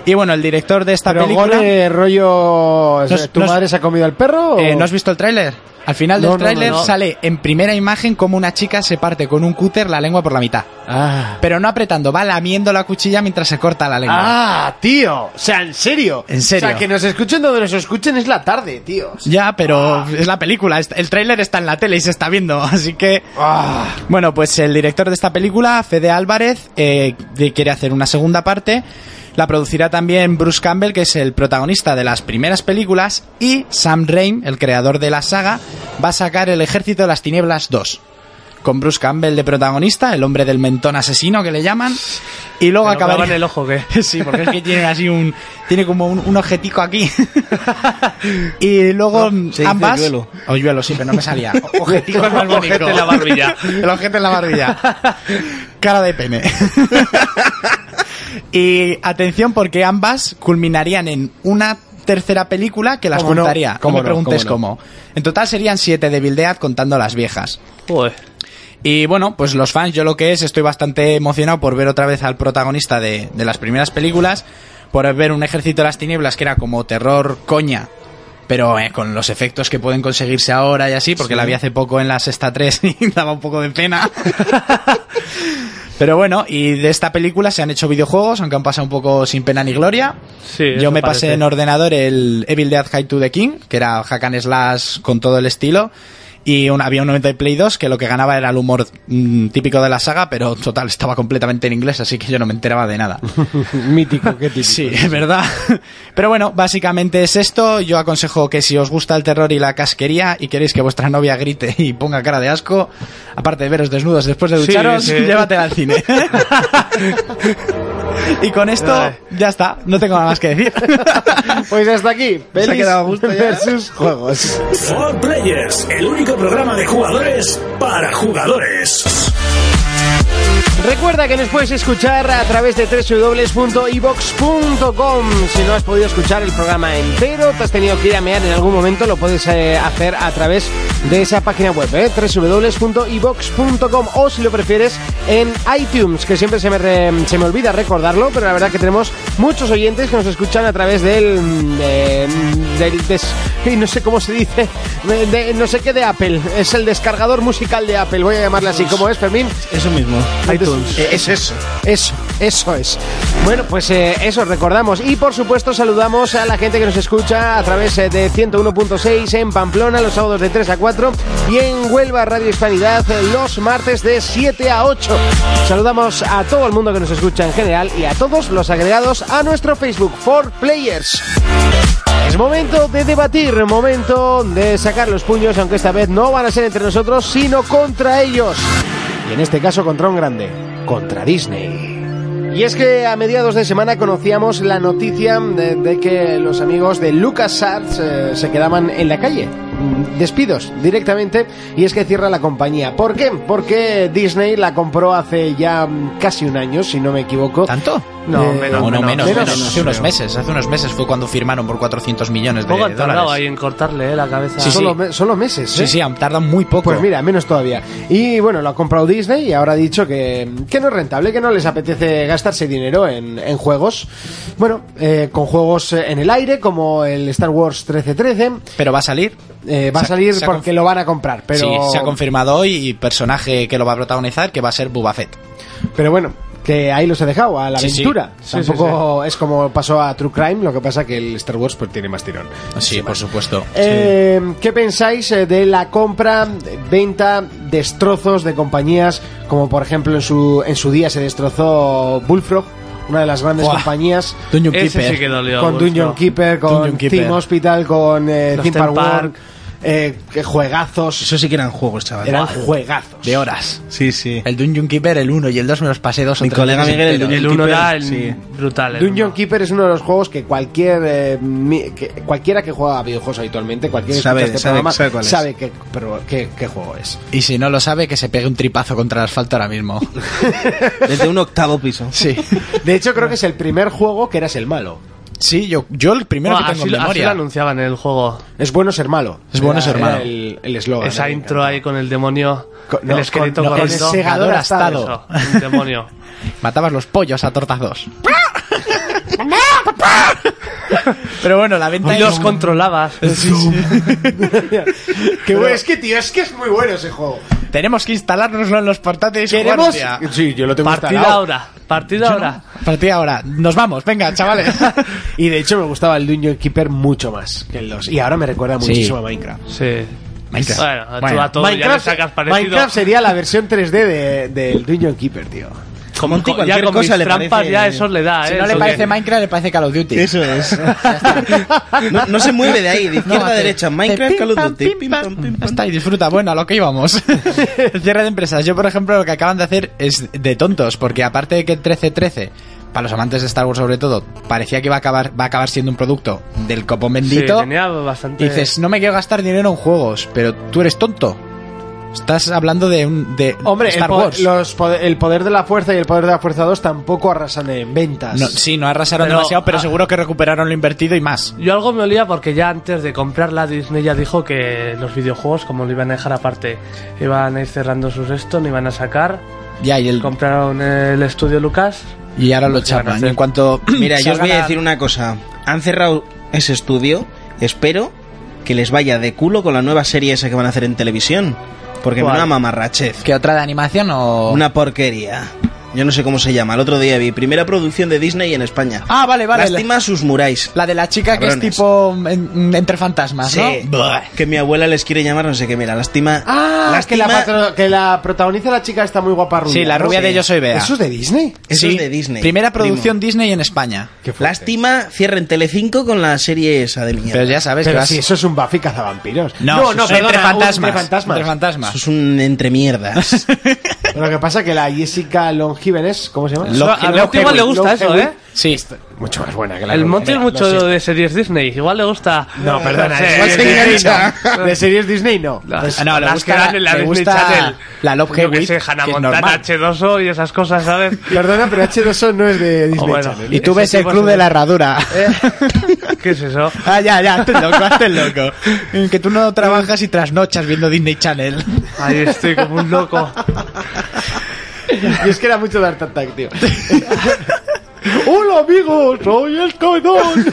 Speaker 5: Y bueno, el director de esta
Speaker 3: Pero
Speaker 5: película...
Speaker 3: gore,
Speaker 5: eh,
Speaker 3: rollo.
Speaker 5: Nos-
Speaker 3: ¿Tu
Speaker 5: nos-
Speaker 3: madre se ha comido el perro? o-
Speaker 5: Eh, ¿No has visto el tráiler? Al final
Speaker 3: No,
Speaker 5: del
Speaker 3: no,
Speaker 5: tráiler
Speaker 3: no, no.
Speaker 5: sale en primera imagen como una chica se parte con un cúter la lengua por la mitad.
Speaker 3: Ah.
Speaker 5: Pero no apretando, va lamiendo la cuchilla mientras se corta la lengua.
Speaker 3: Ah, tío. O sea, en serio.
Speaker 5: En serio.
Speaker 3: O sea, que nos escuchen donde nos escuchen es la tarde, tío.
Speaker 5: Ya, pero es la película, es- el tráiler está en la tele y se está viendo, así que...
Speaker 3: Ah.
Speaker 5: Bueno, pues el director de esta película, Fede Álvarez, eh, de- quiere hacer una segunda parte. La producirá también Bruce Campbell, que es el protagonista de las primeras películas, y Sam Raim, el creador de la saga, va a sacar El Ejército de las Tinieblas 2. Con Bruce Campbell de protagonista, el hombre del mentón asesino que le llaman, y luego
Speaker 6: Pero clava
Speaker 5: acabará...
Speaker 6: en el ojo, ¿qué?
Speaker 5: Sí, porque es que tiene así un. Tiene como un, un objetico aquí. y luego
Speaker 7: se dice
Speaker 5: ambas.
Speaker 7: yuelo.
Speaker 5: O yuelo, sí, pero no me salía. O- Objetico es más bonito.
Speaker 6: Ojete en la barbilla.
Speaker 5: El ojete en la barbilla. Cara de pene. y atención, porque ambas culminarían en una tercera película que las
Speaker 3: ¿Cómo no?
Speaker 5: juntaría. No,
Speaker 3: ¿Cómo
Speaker 5: me
Speaker 3: no?
Speaker 5: preguntes
Speaker 3: ¿Cómo
Speaker 5: cómo. En total serían siete de Bill Dead contando las viejas.
Speaker 6: Joder.
Speaker 5: Y bueno, pues los fans, yo lo que es, estoy bastante emocionado por ver otra vez al protagonista de, de las primeras películas, por ver un ejército de las tinieblas que era como terror coña, pero eh, con los efectos que pueden conseguirse ahora y así, porque la vi hace poco en la sexta 3 y daba un poco de pena. Pero bueno, y de esta película se han hecho videojuegos, aunque han pasado un poco sin pena ni gloria.
Speaker 6: Sí,
Speaker 5: Yo
Speaker 6: eso
Speaker 5: me
Speaker 6: parece.
Speaker 5: pasé en ordenador el Evil Dead High to the King, que era hack and slash con todo el estilo. Y un- había un 90 de Play 2 que lo que ganaba era el humor mm, típico de la saga, pero total, estaba completamente en inglés, así que yo no me enteraba de nada.
Speaker 3: Mítico, qué típico.
Speaker 5: Sí, es verdad. Pero bueno, básicamente es esto. Yo aconsejo que si os gusta el terror y la casquería y queréis que vuestra novia grite y ponga cara de asco, aparte de veros desnudos después de
Speaker 6: Sí,
Speaker 5: ducharos,
Speaker 6: sí.
Speaker 5: llévatela al cine. y con esto ya está, no tengo nada más que decir.
Speaker 3: Pues hasta aquí. Pelis
Speaker 5: quedado a gusto ya.
Speaker 3: versus juegos.
Speaker 2: For Players, el único programa de jugadores para jugadores.
Speaker 3: Recuerda que nos puedes escuchar a través de www.ibox.com. Si no has podido escuchar el programa entero, te has tenido que ir a mear en algún momento, lo puedes eh, hacer a través de esa página web, ¿eh? www.ibox.com o si lo prefieres en iTunes, que siempre se me, re- se me olvida recordarlo, pero la verdad que tenemos muchos oyentes que nos escuchan a través del... mm, eh, del des- y no sé cómo se dice, de- de- no sé qué de Apple, es el descargador musical de Apple, voy a llamarle así, ¿cómo es, Fermín?
Speaker 7: Eso mismo.
Speaker 3: iTunes. eh, Es eso. Eso, eso es. Bueno, pues eh, eso recordamos. Y por supuesto saludamos a la gente que nos escucha a través eh, de 101.6 en Pamplona los sábados de 3 a 4 y en Huelva Radio Hispanidad eh, los martes de 7 a 8. Saludamos a todo el mundo que nos escucha en general y a todos los agregados a nuestro Facebook for Players. Es momento de debatir, momento de sacar los puños, aunque esta vez no van a ser entre nosotros, sino contra ellos. Y en este caso contra un grande, contra Disney. Y es que a mediados de semana conocíamos la noticia de, de que los amigos de LucasArts eh, se quedaban en la calle. Mm, Despidos directamente y es que cierra la compañía. ¿Por qué? Porque Disney la compró hace ya mm, casi un año, si no me equivoco. Eh,
Speaker 5: ¿Tanto?
Speaker 3: No,
Speaker 6: menos,
Speaker 5: Bueno, menos,
Speaker 6: menos,
Speaker 5: menos,
Speaker 6: menos,
Speaker 5: Hace unos
Speaker 6: creo.
Speaker 5: meses, hace unos meses fue cuando firmaron por 400 millones de
Speaker 6: Poco han tardado ahí
Speaker 5: Eh, dólares.
Speaker 6: en cortarle eh, la cabeza.
Speaker 5: Sí,
Speaker 3: son,
Speaker 5: sí.
Speaker 3: Los, me- son los meses. ¿eh?
Speaker 5: Sí, sí, han tardado muy poco.
Speaker 3: Pues mira, menos todavía. Y bueno, lo ha comprado Disney y ahora ha dicho que, que no es rentable, que no les apetece gastarse dinero en, en juegos. Bueno, eh, con juegos eh, en el aire, como el Star Wars 1313,
Speaker 5: Pero va a salir.
Speaker 3: eh, va a
Speaker 5: Se ha-
Speaker 3: salir
Speaker 5: se ha
Speaker 3: porque lo van a comprar. Pero,
Speaker 5: Sí, se ha confirmado hoy y personaje que lo va a protagonizar que va a ser Boba Fett.
Speaker 3: pero bueno. Que ahí los he dejado, a la
Speaker 5: Sí, sí.
Speaker 3: aventura.
Speaker 6: Sí, sí,
Speaker 3: Tampoco es como pasó a True Crime, lo que pasa que el Star Wars pues tiene más tirón.
Speaker 5: Sí, por supuesto.
Speaker 3: Eh, ¿Qué pensáis eh, de la compra, de- venta, destrozos de compañías como por ejemplo en su, en su día se destrozó Bullfrog, una de las grandes
Speaker 5: Buah.
Speaker 3: compañías?
Speaker 5: Dungeon
Speaker 6: Ese
Speaker 5: Keeper.
Speaker 6: sí que dolió.
Speaker 3: con
Speaker 6: Wolf,
Speaker 3: Dungeon
Speaker 6: ¿no?
Speaker 3: Keeper, con
Speaker 5: Dungeon Keeper.
Speaker 3: Team Hospital, con eh,
Speaker 6: Los
Speaker 3: Theme
Speaker 6: Theme
Speaker 3: Park World,
Speaker 6: Park.
Speaker 3: eh, que juegazos.
Speaker 7: Eso sí que eran juegos, chaval.
Speaker 3: Eran juegazos.
Speaker 5: De horas.
Speaker 7: Sí, sí.
Speaker 5: El Dungeon Keeper, el 1 y el 2 me los pasé dos o
Speaker 7: Mi
Speaker 5: tres
Speaker 7: colega
Speaker 5: veces
Speaker 7: Miguel, el
Speaker 5: enteros.
Speaker 7: Dungeon
Speaker 6: El uno
Speaker 7: Keeper,
Speaker 6: era el
Speaker 7: sí.
Speaker 6: brutal. el
Speaker 3: Dungeon
Speaker 6: uno.
Speaker 3: Keeper es uno de los juegos que cualquier eh, mi- que- cualquiera que juega a videojuegos habitualmente, cualquier este
Speaker 7: Sabe- sabe- sabe cuál es.
Speaker 3: sabe qué- pero qué- qué juego es.
Speaker 5: Y si no lo sabe, que se pegue un tripazo contra el asfalto ahora mismo.
Speaker 7: Desde un octavo piso.
Speaker 5: Sí.
Speaker 3: De hecho, creo que es el primer juego que eras el malo.
Speaker 5: Sí, yo, yo el primero
Speaker 6: Buah,
Speaker 5: que tengo
Speaker 6: Ah, así,
Speaker 5: en
Speaker 6: lo- así
Speaker 5: memoria.
Speaker 6: lo anunciaban en el juego.
Speaker 3: Es bueno ser malo.
Speaker 5: Es bueno ser malo.
Speaker 3: El el eslogan.
Speaker 6: Esa
Speaker 3: ¿no?
Speaker 6: intro ahí con el demonio.
Speaker 3: Con- no,
Speaker 6: el esqueleto
Speaker 3: con- no,
Speaker 6: corriendo.
Speaker 3: el segador astado.
Speaker 6: Eso, un demonio.
Speaker 5: Matabas los pollos a tortazos. Pero bueno, la venta
Speaker 6: Y los controlabas.
Speaker 3: Qué bueno, es que, tío, es que es muy bueno ese juego.
Speaker 5: Tenemos que instalárnoslo en los portátiles. y jugar,
Speaker 3: Queremos.
Speaker 5: hostia.
Speaker 3: Sí, yo lo tengo
Speaker 6: Partida
Speaker 3: instalado.
Speaker 6: ahora. Partida ahora.
Speaker 5: A partir de ahora, nos vamos, venga, chavales.
Speaker 3: Y de hecho, me gustaba el Dungeon Keeper mucho más que el 2. Y ahora me recuerda
Speaker 5: Sí.
Speaker 3: muchísimo a Minecraft.
Speaker 6: Sí.
Speaker 5: Minecraft.
Speaker 6: Bueno, tú
Speaker 5: Bueno,
Speaker 6: a todo ya le sacas parecido.
Speaker 3: Minecraft sería la versión 3D de- del Dungeon Keeper, tío.
Speaker 7: Como
Speaker 6: Co- ya con mis trampas ya eso le da,
Speaker 5: Si
Speaker 6: ¿eh?
Speaker 5: no le
Speaker 6: Eso
Speaker 5: parece
Speaker 6: que-
Speaker 5: Minecraft, le parece Call of Duty.
Speaker 7: Eso es. no, no se mueve de ahí, de izquierda
Speaker 5: No,
Speaker 7: a
Speaker 5: hace-
Speaker 7: derecha.
Speaker 5: hace
Speaker 7: Minecraft,
Speaker 5: pim,
Speaker 7: Call of
Speaker 5: pam,
Speaker 7: Duty.
Speaker 5: pim,
Speaker 7: pim,
Speaker 5: pam.
Speaker 7: pam, pim,
Speaker 5: Ya
Speaker 7: pam.
Speaker 5: Está, y disfruta. Bueno, a lo que íbamos. El Cierre de empresas. Yo, por ejemplo, lo que acaban de hacer es de tontos, porque aparte de que 1313, para los amantes de Star Wars sobre todo, parecía que iba a acabar, va a acabar siendo un producto del copón
Speaker 6: Sí,
Speaker 5: bendito.
Speaker 6: tenía bastante.
Speaker 5: Y dices, no me quiero gastar dinero en juegos, pero tú eres tonto. Estás hablando de un de
Speaker 3: Hombre, el,
Speaker 5: Star
Speaker 3: po-
Speaker 5: Wars.
Speaker 3: los po- el poder de la fuerza y el poder de la fuerza 2 tampoco arrasan en ventas.
Speaker 5: No, sí, no arrasaron
Speaker 6: Pero-
Speaker 5: demasiado, pero
Speaker 6: ah.
Speaker 5: seguro que recuperaron lo invertido y más.
Speaker 6: Yo algo me olía porque ya antes de comprarla Disney ya dijo que los videojuegos, como lo iban a dejar aparte, iban a ir cerrando sus esto, no iban a sacar.
Speaker 5: Ya, y, el,
Speaker 6: Compraron el estudio Lucas.
Speaker 5: y ahora lo
Speaker 6: ¿Qué van a
Speaker 5: chapan.
Speaker 6: hacer?
Speaker 5: En cuanto.
Speaker 7: Mira, yo os voy
Speaker 5: salga
Speaker 7: a
Speaker 5: la-
Speaker 7: decir una cosa. Han cerrado ese estudio. Espero que les vaya de culo con la nueva serie esa que van a hacer en televisión. Porque me
Speaker 6: ¿Cuál?
Speaker 7: una mamarrachez.
Speaker 5: ¿Qué Oh. otra de animación o.?
Speaker 7: Una porquería. Yo no sé cómo se llama. El otro día vi primera producción de Disney en España.
Speaker 5: Ah, vale, vale.
Speaker 7: Lástima sus muráis.
Speaker 5: La de la chica que es
Speaker 7: Cabrones.
Speaker 5: tipo en- entre fantasmas, ¿no?
Speaker 7: Sí. Que mi abuela les quiere llamar, no sé qué. Mira, lástima.
Speaker 3: Ah, que,
Speaker 7: lástima.
Speaker 3: la patro- que la protagoniza la chica está muy guapa rubia.
Speaker 5: Sí, la
Speaker 3: ¿no?
Speaker 5: rubia de Yo soy Bea.
Speaker 3: ¿Eso es de Disney?
Speaker 7: Eso
Speaker 5: Sí.
Speaker 7: es de Disney.
Speaker 5: Primera
Speaker 7: primo.
Speaker 5: producción Disney en España.
Speaker 7: Lástima, cierren Telecinco con la serie esa de mierda.
Speaker 5: Pero ya sabes que
Speaker 3: Pero
Speaker 5: vas-
Speaker 3: si eso es un Buffy cazavampiros.
Speaker 5: No, no,
Speaker 3: perdona,
Speaker 5: entre
Speaker 3: un
Speaker 5: fantasmas.
Speaker 3: Entre fantasmas.
Speaker 5: Entre fantasmas.
Speaker 7: Eso es un entre mierdas.
Speaker 3: Lo que pasa que la Jessica Longivenes, ¿cómo se llama?
Speaker 6: Lo- a Monty igual le gusta
Speaker 3: Long
Speaker 6: eso,
Speaker 3: Hewitt.
Speaker 6: ¿eh?
Speaker 5: Sí.
Speaker 3: Mucho más buena que la
Speaker 6: El
Speaker 3: Long
Speaker 6: Monty es
Speaker 3: Hewitt.
Speaker 6: mucho
Speaker 3: Lo siento.
Speaker 6: de series Disney. Igual le gusta.
Speaker 3: No, perdona,
Speaker 6: Sí,
Speaker 3: es
Speaker 6: sí,
Speaker 3: igual
Speaker 6: sí,
Speaker 3: de Disney,
Speaker 6: no.
Speaker 3: no. De series Disney no. Pues
Speaker 5: Ah, no, le
Speaker 6: Las que
Speaker 5: gusta,
Speaker 6: dan en la
Speaker 5: le
Speaker 6: Disney
Speaker 5: gusta
Speaker 6: Channel.
Speaker 5: la Love
Speaker 6: Yo que
Speaker 5: Hewitt,
Speaker 6: sé, Hannah
Speaker 5: que es
Speaker 6: Montana,
Speaker 5: normal.
Speaker 6: H2O y esas cosas, ¿sabes?
Speaker 3: Perdona, pero H2O no es de Disney
Speaker 6: Oh, bueno.
Speaker 3: Channel.
Speaker 5: Y tú
Speaker 6: Ese
Speaker 5: ves el
Speaker 6: tipo
Speaker 5: club
Speaker 6: se-
Speaker 5: de la herradura.
Speaker 6: ¿Qué es eso?
Speaker 5: Ah, ya, ya, hazte el loco, hazte el loco. En Que tú no trabajas y trasnochas viendo Disney Channel.
Speaker 6: Ahí estoy como un loco.
Speaker 3: Y es que era mucho Dark Attack, tío. Hola amigos, soy el Coedón.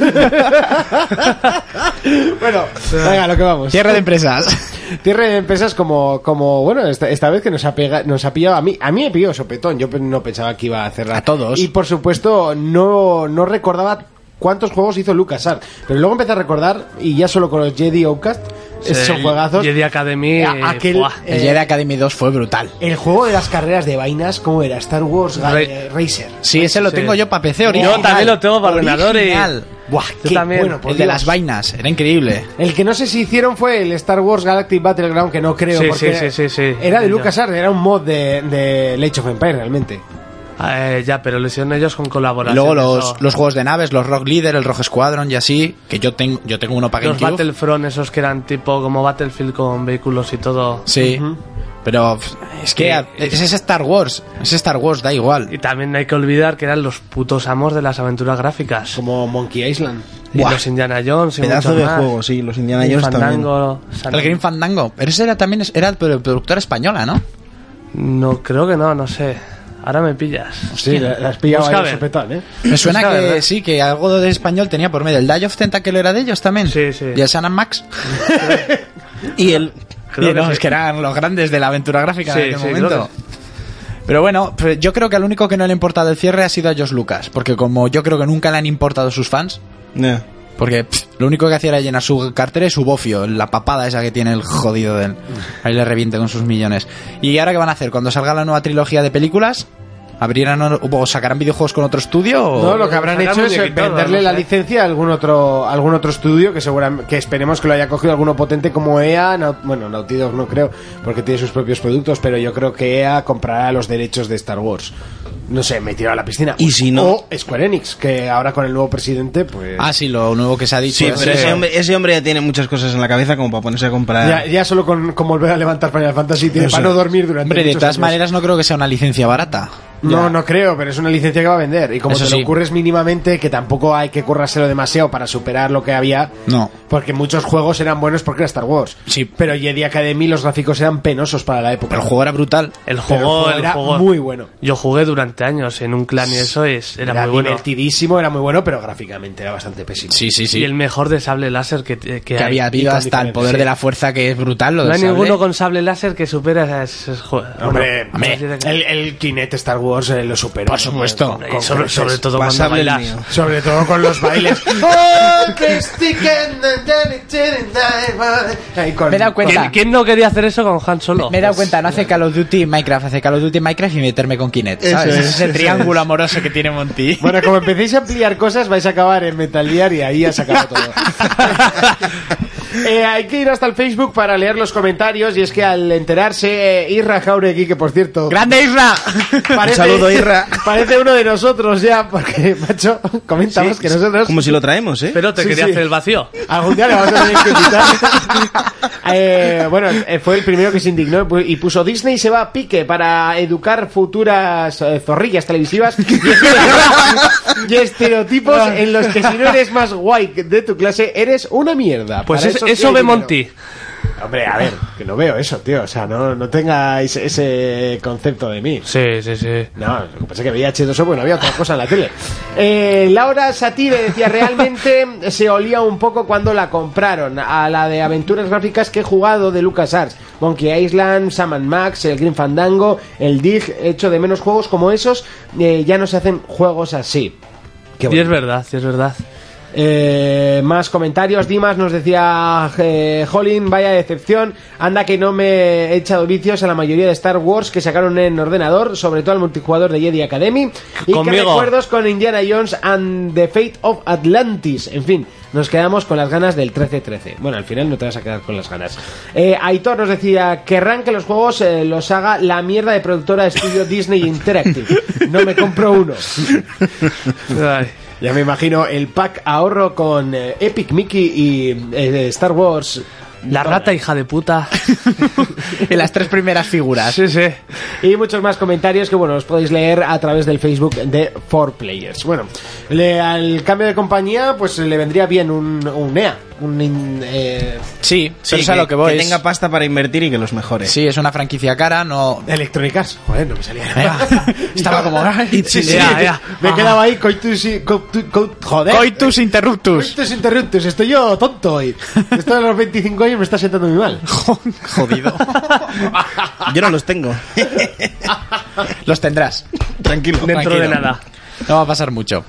Speaker 3: bueno, venga, lo que vamos.
Speaker 5: Cierre de empresas.
Speaker 3: Tierra de empresas como, como bueno, esta, esta vez que nos ha, pega- nos ha pillado a mí. A mí me pilló sopetón. Yo pe- no pensaba que iba a cerrar.
Speaker 5: A todos.
Speaker 3: Y por supuesto, no, no recordaba cuántos juegos hizo LucasArts. Pero luego empecé a recordar, y ya solo con los Jedi Outcast, esos son
Speaker 6: El
Speaker 3: juegazos.
Speaker 6: Jedi Academy.
Speaker 3: A- aquel-
Speaker 6: buah.
Speaker 3: Eh,
Speaker 5: El Jedi Academy 2 fue brutal.
Speaker 3: El juego de las carreras de vainas, ¿cómo era? Star Wars Ga-
Speaker 6: Ra-
Speaker 3: eh, Racer.
Speaker 5: Sí, ese lo
Speaker 6: Sí.
Speaker 5: tengo yo para PC
Speaker 6: Yo
Speaker 5: original.
Speaker 6: también lo tengo para
Speaker 5: Original.
Speaker 6: ordenador
Speaker 5: Buah,
Speaker 6: Yo
Speaker 5: qué
Speaker 6: también.
Speaker 5: bueno, por
Speaker 3: El
Speaker 5: El
Speaker 3: de
Speaker 5: de
Speaker 3: las
Speaker 5: las vainas, era increíble.
Speaker 3: El que no sé si hicieron fue el Star Wars Galactic Battleground, que no creo.
Speaker 6: Sí,
Speaker 3: porque
Speaker 6: sí, sí, sí, sí.
Speaker 3: Era de
Speaker 6: Ya.
Speaker 3: LucasArts, era un mod de, de Age of Empires, realmente.
Speaker 6: Eh, ya, pero lo hicieron ellos con
Speaker 5: Y
Speaker 6: colaboración.
Speaker 5: luego los,
Speaker 6: eso.
Speaker 5: los juegos de naves, los Rock Leader, el Rojo Squadron y así, que yo tengo, yo tengo uno para
Speaker 6: Los
Speaker 5: GameCube.
Speaker 6: Battlefront, esos que eran tipo como Battlefield con vehículos y todo.
Speaker 5: Sí. Pero pf, es que a- es, es Star Wars, es Star Wars, da
Speaker 6: Y
Speaker 5: igual.
Speaker 6: también hay que olvidar que eran los putos amos de las aventuras gráficas.
Speaker 3: Como Monkey Island.
Speaker 6: Y
Speaker 5: Buah.
Speaker 6: los Indiana Jones y
Speaker 7: Pedazo
Speaker 6: mucho
Speaker 7: de
Speaker 6: más.
Speaker 7: juego, sí, los Indiana
Speaker 6: Y
Speaker 7: Jones también.
Speaker 6: Fandango, San-
Speaker 5: El Green Fandango, pero ese era también era pero productora española, ¿no?
Speaker 6: No, creo que no, no sé. Ahora me pillas.
Speaker 3: Sí, la- las pillaba
Speaker 6: Busca
Speaker 3: ahí
Speaker 6: a ver.
Speaker 3: sopetón, ¿eh?
Speaker 5: Me suena
Speaker 6: Pues la
Speaker 5: que
Speaker 6: verdad.
Speaker 5: sí, que algo de español tenía por medio. El Die of Tentacle era de ellos también.
Speaker 6: Sí, sí.
Speaker 5: Y el San Max.
Speaker 7: Y el,
Speaker 6: Creo
Speaker 5: Y no,
Speaker 6: que sí.
Speaker 5: es que eran los grandes de la aventura gráfica
Speaker 6: Sí,
Speaker 5: en aquel
Speaker 6: sí, creo
Speaker 5: momento. Pero bueno, pues yo creo que al único que no le ha importado el cierre ha sido a Josh Lucas, porque como yo creo que nunca le han importado sus fans,
Speaker 7: No.
Speaker 5: porque pff, lo único que hacía era llenar su cartera y su bofio, la papada esa que tiene el jodido del... Ahí le reviente con sus millones. ¿Y ahora qué van a hacer? ¿Cuando salga la nueva trilogía de películas? ¿Abrirán o- o sacarán videojuegos con otro estudio? o-
Speaker 3: No, lo que habrán
Speaker 6: Sacan
Speaker 3: hecho es eh,
Speaker 6: muñequitos,
Speaker 3: venderle
Speaker 6: no
Speaker 3: la
Speaker 6: sé.
Speaker 3: licencia a algún otro, a algún otro estudio que seguramente, que esperemos que lo haya cogido alguno potente como EA, Nau- bueno, Naughty Dog no creo, porque tiene sus propios productos, pero yo creo que EA comprará los derechos de Star Wars. No sé, me he tirado a la piscina.
Speaker 7: Y si no-
Speaker 3: O Square Enix, que ahora con el nuevo presidente, pues...
Speaker 5: Ah, sí, lo nuevo que se ha dicho.
Speaker 7: Sí,
Speaker 5: es
Speaker 7: pero
Speaker 5: que-
Speaker 7: ese hombre, ese hombre ya tiene muchas cosas en la cabeza como para ponerse a comprar.
Speaker 3: Ya, ya solo con, con volver a levantar Final Fantasy tiene
Speaker 7: Eso.
Speaker 3: para no dormir durante
Speaker 5: Hombre, de
Speaker 3: muchos
Speaker 5: todas
Speaker 3: años.
Speaker 5: maneras no creo que sea una licencia barata.
Speaker 3: No, no creo, pero es una licencia que va a vender. Y como
Speaker 5: Eso
Speaker 3: te lo
Speaker 5: sí.
Speaker 3: ocurres mínimamente, que tampoco hay que currárselo demasiado para superar lo que había.
Speaker 5: No.
Speaker 3: Porque muchos juegos eran buenos porque era Star Wars.
Speaker 5: Sí.
Speaker 3: Pero Jedi Academy los gráficos eran penosos para la época.
Speaker 5: Pero el juego era brutal.
Speaker 6: El
Speaker 3: Pero el
Speaker 6: juego,
Speaker 3: juego
Speaker 6: el
Speaker 3: era
Speaker 6: juego-
Speaker 3: muy bueno.
Speaker 6: Yo jugué durante años en un clan y eso es, era, muy bueno.
Speaker 3: divertidísimo, era muy bueno, pero gráficamente era bastante pésimo.
Speaker 5: Sí, sí, sí.
Speaker 6: Y el mejor de sable láser que, eh, que
Speaker 5: que
Speaker 6: hay.
Speaker 5: había habido
Speaker 3: tan
Speaker 5: hasta el
Speaker 3: diferente,
Speaker 5: poder
Speaker 3: sí.
Speaker 5: de la fuerza que es brutal lo
Speaker 6: No
Speaker 5: del
Speaker 6: hay
Speaker 5: sable.
Speaker 6: ninguno con sable láser que supera ese juego.
Speaker 3: Hombre,
Speaker 5: hombre,
Speaker 3: el, el Kinect Star crees. Wars eh, lo superó.
Speaker 5: Por supuesto.
Speaker 3: Con- con- con
Speaker 6: sobre,
Speaker 3: creces.
Speaker 6: sobre todo cuando
Speaker 7: Pasable el
Speaker 6: bailas.
Speaker 7: mío.
Speaker 3: Sobre todo con los bailes. Ahí con-
Speaker 5: Me he dado cuenta.
Speaker 6: ¿Quién, quién no quería hacer eso con Han Solo?
Speaker 5: Me he dado cuenta, no hace Call of Duty y Minecraft, hace Call of Duty y Minecraft y meterme con Kinect, ¿sabes?
Speaker 7: Eso es,
Speaker 5: es ese
Speaker 7: eso
Speaker 5: triángulo amoroso que tiene Monty.
Speaker 3: Bueno, como empecéis a ampliar cosas, vais a acabar en Metal Gear y ahí has acabado todo. Eh, hay que ir hasta el Facebook para leer los comentarios y es que al enterarse eh, Irra Jauregui, que por cierto...
Speaker 5: ¡Grande Isra!
Speaker 3: Parece,
Speaker 7: Un saludo, Irra.
Speaker 3: Parece uno de nosotros ya, porque, macho, comentamos que nosotros...
Speaker 7: Como si lo traemos, ¿eh?
Speaker 6: Pero te
Speaker 3: Sí,
Speaker 6: quería
Speaker 3: sí.
Speaker 6: hacer el vacío.
Speaker 3: Algún día le vamos a tener que invitar. Eh, bueno, eh, fue el primero que se indignó y puso Disney se va a pique para educar futuras eh, zorrillas televisivas y estereotipos- y estereotipos
Speaker 7: Ah.
Speaker 3: en los que si no eres más guay de tu clase, eres una mierda.
Speaker 6: Pues
Speaker 3: Para
Speaker 6: es- eso,
Speaker 3: sí hay
Speaker 6: ve
Speaker 3: dinero.
Speaker 6: Monty.
Speaker 3: Hombre, a ver, que no veo eso, tío. O sea, no, no tengáis ese concepto de mí.
Speaker 6: Sí, sí, sí.
Speaker 3: No, lo que pasa es que veía H2O, bueno, había otra cosa en la tele. Eh, Laura Satire decía, realmente se olía un poco cuando la compraron, a la de aventuras gráficas que he jugado de LucasArts. Monkey Island, Sam and Max, el Green Fandango, el Dig, hecho de menos juegos como esos, eh, ya no se hacen juegos así. Qué
Speaker 6: Y
Speaker 3: bueno.
Speaker 6: es verdad, y es verdad.
Speaker 3: Eh, más comentarios. Dimas nos decía eh, Holin, vaya decepción. Anda que no me he echado vicios a la mayoría de Star Wars que sacaron en ordenador, sobre todo al multijugador de Jedi Academy. Y que
Speaker 6: Conmigo.
Speaker 3: recuerdos con Indiana Jones and the Fate of Atlantis. En fin, nos quedamos con las ganas del 13-13. Bueno, al final no te vas a quedar con las ganas. Eh, Aitor nos decía, querrán que los juegos eh, los haga la mierda de productora de estudio Disney Interactive. No me compro uno.
Speaker 6: Ay.
Speaker 3: Ya me imagino el pack ahorro con eh, Epic Mickey y eh, Star Wars.
Speaker 6: La rata, hija de puta.
Speaker 5: en las tres primeras figuras.
Speaker 6: Sí, sí.
Speaker 3: Y muchos más comentarios que, bueno, los podéis leer a través del Facebook de 4Players. Bueno, le- al cambio de compañía, pues le vendría bien un, un EA. Un, in- eh,
Speaker 5: Sí, sí,
Speaker 7: Sí,
Speaker 5: es a lo que voy. es-
Speaker 7: tenga pasta para invertir y que los mejore.
Speaker 5: Sí, es una franquicia cara, no.
Speaker 3: Electronic Arts. Joder, no me salía.
Speaker 5: Estaba como.
Speaker 3: Sí, sí,
Speaker 6: Ya, ya.
Speaker 3: Me
Speaker 6: Ah.
Speaker 3: quedaba ahí coitus y... co- tu- co- joder.
Speaker 5: Coitus interruptus.
Speaker 3: Coitus interruptus. Estoy yo tonto hoy. Esto de los 25 años me está sentando muy mal.
Speaker 5: Jodido.
Speaker 7: Yo no los tengo.
Speaker 5: Los tendrás.
Speaker 7: Tranquilo.
Speaker 6: Dentro de nada.
Speaker 5: No va a pasar mucho.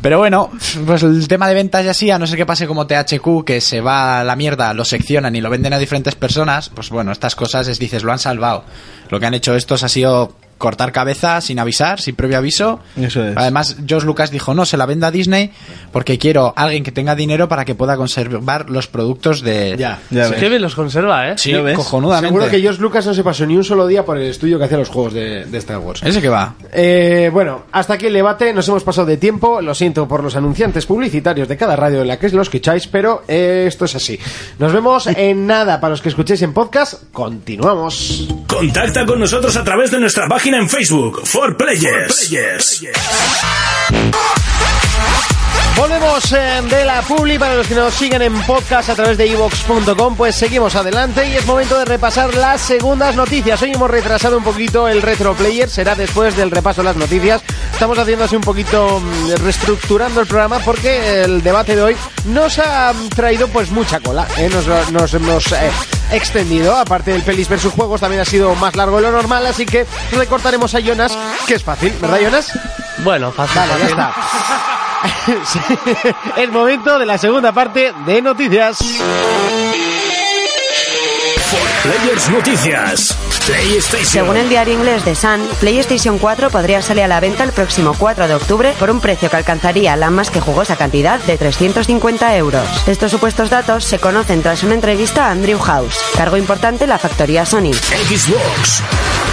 Speaker 5: Pero bueno, pues el tema de ventas y así, a no ser que pase como THQ, que se va a la mierda, lo seccionan y lo venden a diferentes personas, pues bueno, estas cosas es, dices, lo han salvado. Lo que han hecho estos ha sido cortar cabeza sin avisar, sin previo aviso.
Speaker 7: Eso es.
Speaker 5: Además, George Lucas dijo, no, se la venda a Disney porque quiero alguien que tenga dinero para que pueda conservar los productos de...
Speaker 3: Ya.
Speaker 7: Ya ves.
Speaker 6: Qué bien los conserva, ¿eh?
Speaker 5: Sí,
Speaker 7: ¿Ya ves?
Speaker 5: cojonudamente.
Speaker 3: Seguro que George Lucas no se pasó ni un solo día por el estudio que hacía los juegos de, de Star Wars.
Speaker 5: Ese que va.
Speaker 3: Eh, bueno, hasta aquí el debate, nos hemos pasado de tiempo, lo siento por los anunciantes publicitarios de cada radio en la que lo escucháis, pero eh, esto es así. Nos vemos en nada, para los que escuchéis en podcast, continuamos.
Speaker 2: Contacta con nosotros a través de nuestra página en Facebook, For Players. Players.
Speaker 3: Volvemos eh, de la publi para los que nos siguen en podcast a través de ivox.com, pues seguimos adelante y es momento de repasar las segundas noticias. Hoy hemos retrasado un poquito el retro player, será después del repaso de las noticias. Estamos haciendo así un poquito mm, reestructurando el programa porque el debate de hoy nos ha mm, traído pues mucha cola, ¿eh? nos, nos hemos eh, extendido, aparte del pelis versus juegos también ha sido más largo de lo normal, así que recortaremos a Jonas, que es fácil, ¿verdad Jonas?
Speaker 6: Bueno, fácil.
Speaker 3: Vale, ya
Speaker 6: fácil.
Speaker 3: está. Sí, es momento de la segunda parte de noticias.
Speaker 2: Players Noticias. PlayStation.
Speaker 4: Según el diario inglés The Sun, PlayStation 4 podría salir a la venta el próximo 4 de octubre por un precio que alcanzaría la más que jugosa cantidad de 350 euros. Estos supuestos datos se conocen tras una entrevista a Andrew House, cargo importante en la factoría Sony.
Speaker 2: Xbox.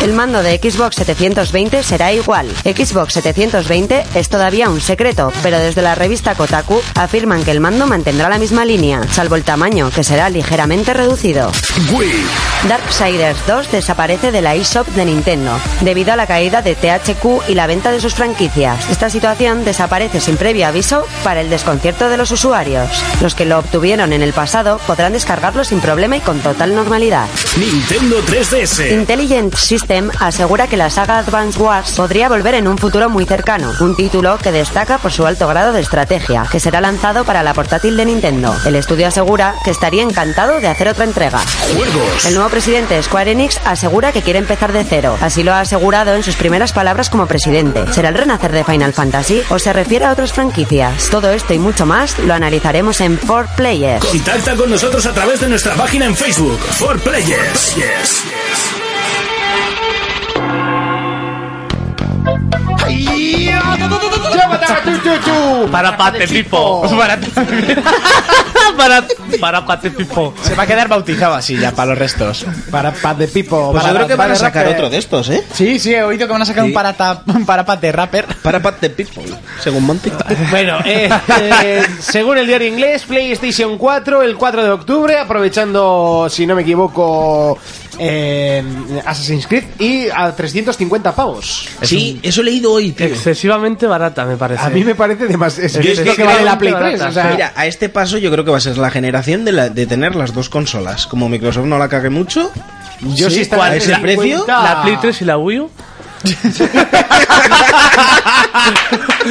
Speaker 4: El mando de Xbox 720 será igual. Xbox 720 es todavía un secreto, pero desde la revista Kotaku afirman que el mando mantendrá la misma línea, salvo el tamaño, que será ligeramente reducido.
Speaker 2: Wii.
Speaker 4: Darksiders 2 desaparece de la eShop de Nintendo, debido a la caída de THQ y la venta de sus franquicias. Esta situación desaparece sin previo aviso para el desconcierto de los usuarios. Los que lo obtuvieron en el pasado podrán descargarlo sin problema y con total normalidad.
Speaker 2: Nintendo 3DS.
Speaker 4: Intelligent System asegura que la saga Advance Wars podría volver en un futuro muy cercano, un título que destaca por su alto grado de estrategia, que será lanzado para la portátil de Nintendo. El estudio asegura que estaría encantado de hacer otra entrega.
Speaker 2: Juegos.
Speaker 4: El nuevo presidente de Square Enix asegura que quiere empezar de cero. Así lo ha asegurado en sus primeras palabras como presidente. ¿Será el renacer de Final Fantasy o se refiere a otras franquicias? Todo esto y mucho más lo analizaremos en 4Players.
Speaker 2: Contacta con nosotros a través de nuestra página en Facebook, For Players.
Speaker 6: Para pate pipo. Para, para, para pate pipo.
Speaker 5: Se va a quedar bautizado así ya para los restos.
Speaker 3: Para Paz de Pipo.
Speaker 7: Pues
Speaker 3: para,
Speaker 7: yo creo que van a
Speaker 3: para
Speaker 7: sacar
Speaker 3: Rapper.
Speaker 7: otro de estos, ¿eh?
Speaker 5: Sí, sí, he oído que van a sacar un parata, un parapate rapper.
Speaker 7: Para Pat the People, según Monty.
Speaker 3: Bueno, eh, eh,
Speaker 6: Este,
Speaker 3: según el diario inglés, PlayStation 4 el 4 de octubre, aprovechando, si no me equivoco, eh, Assassin's Creed y a 350 pavos.
Speaker 7: Sí, eso he leído hoy, tío.
Speaker 6: Excesivamente barata, me parece.
Speaker 3: A mí me parece demasiado. Es,
Speaker 6: Yo
Speaker 3: es
Speaker 6: es
Speaker 3: lo
Speaker 6: que
Speaker 3: que vale
Speaker 6: creo
Speaker 3: la
Speaker 6: que
Speaker 3: Play
Speaker 6: barata,
Speaker 3: 3. O sea,
Speaker 7: Mira, a este paso yo creo que va a ser la generación de, la- de tener las dos consolas. Como Microsoft no la cague mucho,
Speaker 3: yo sí, estaba
Speaker 7: ¿cuál
Speaker 3: en
Speaker 7: es el precio?
Speaker 3: 350.
Speaker 6: La Play 3 y la Wii U.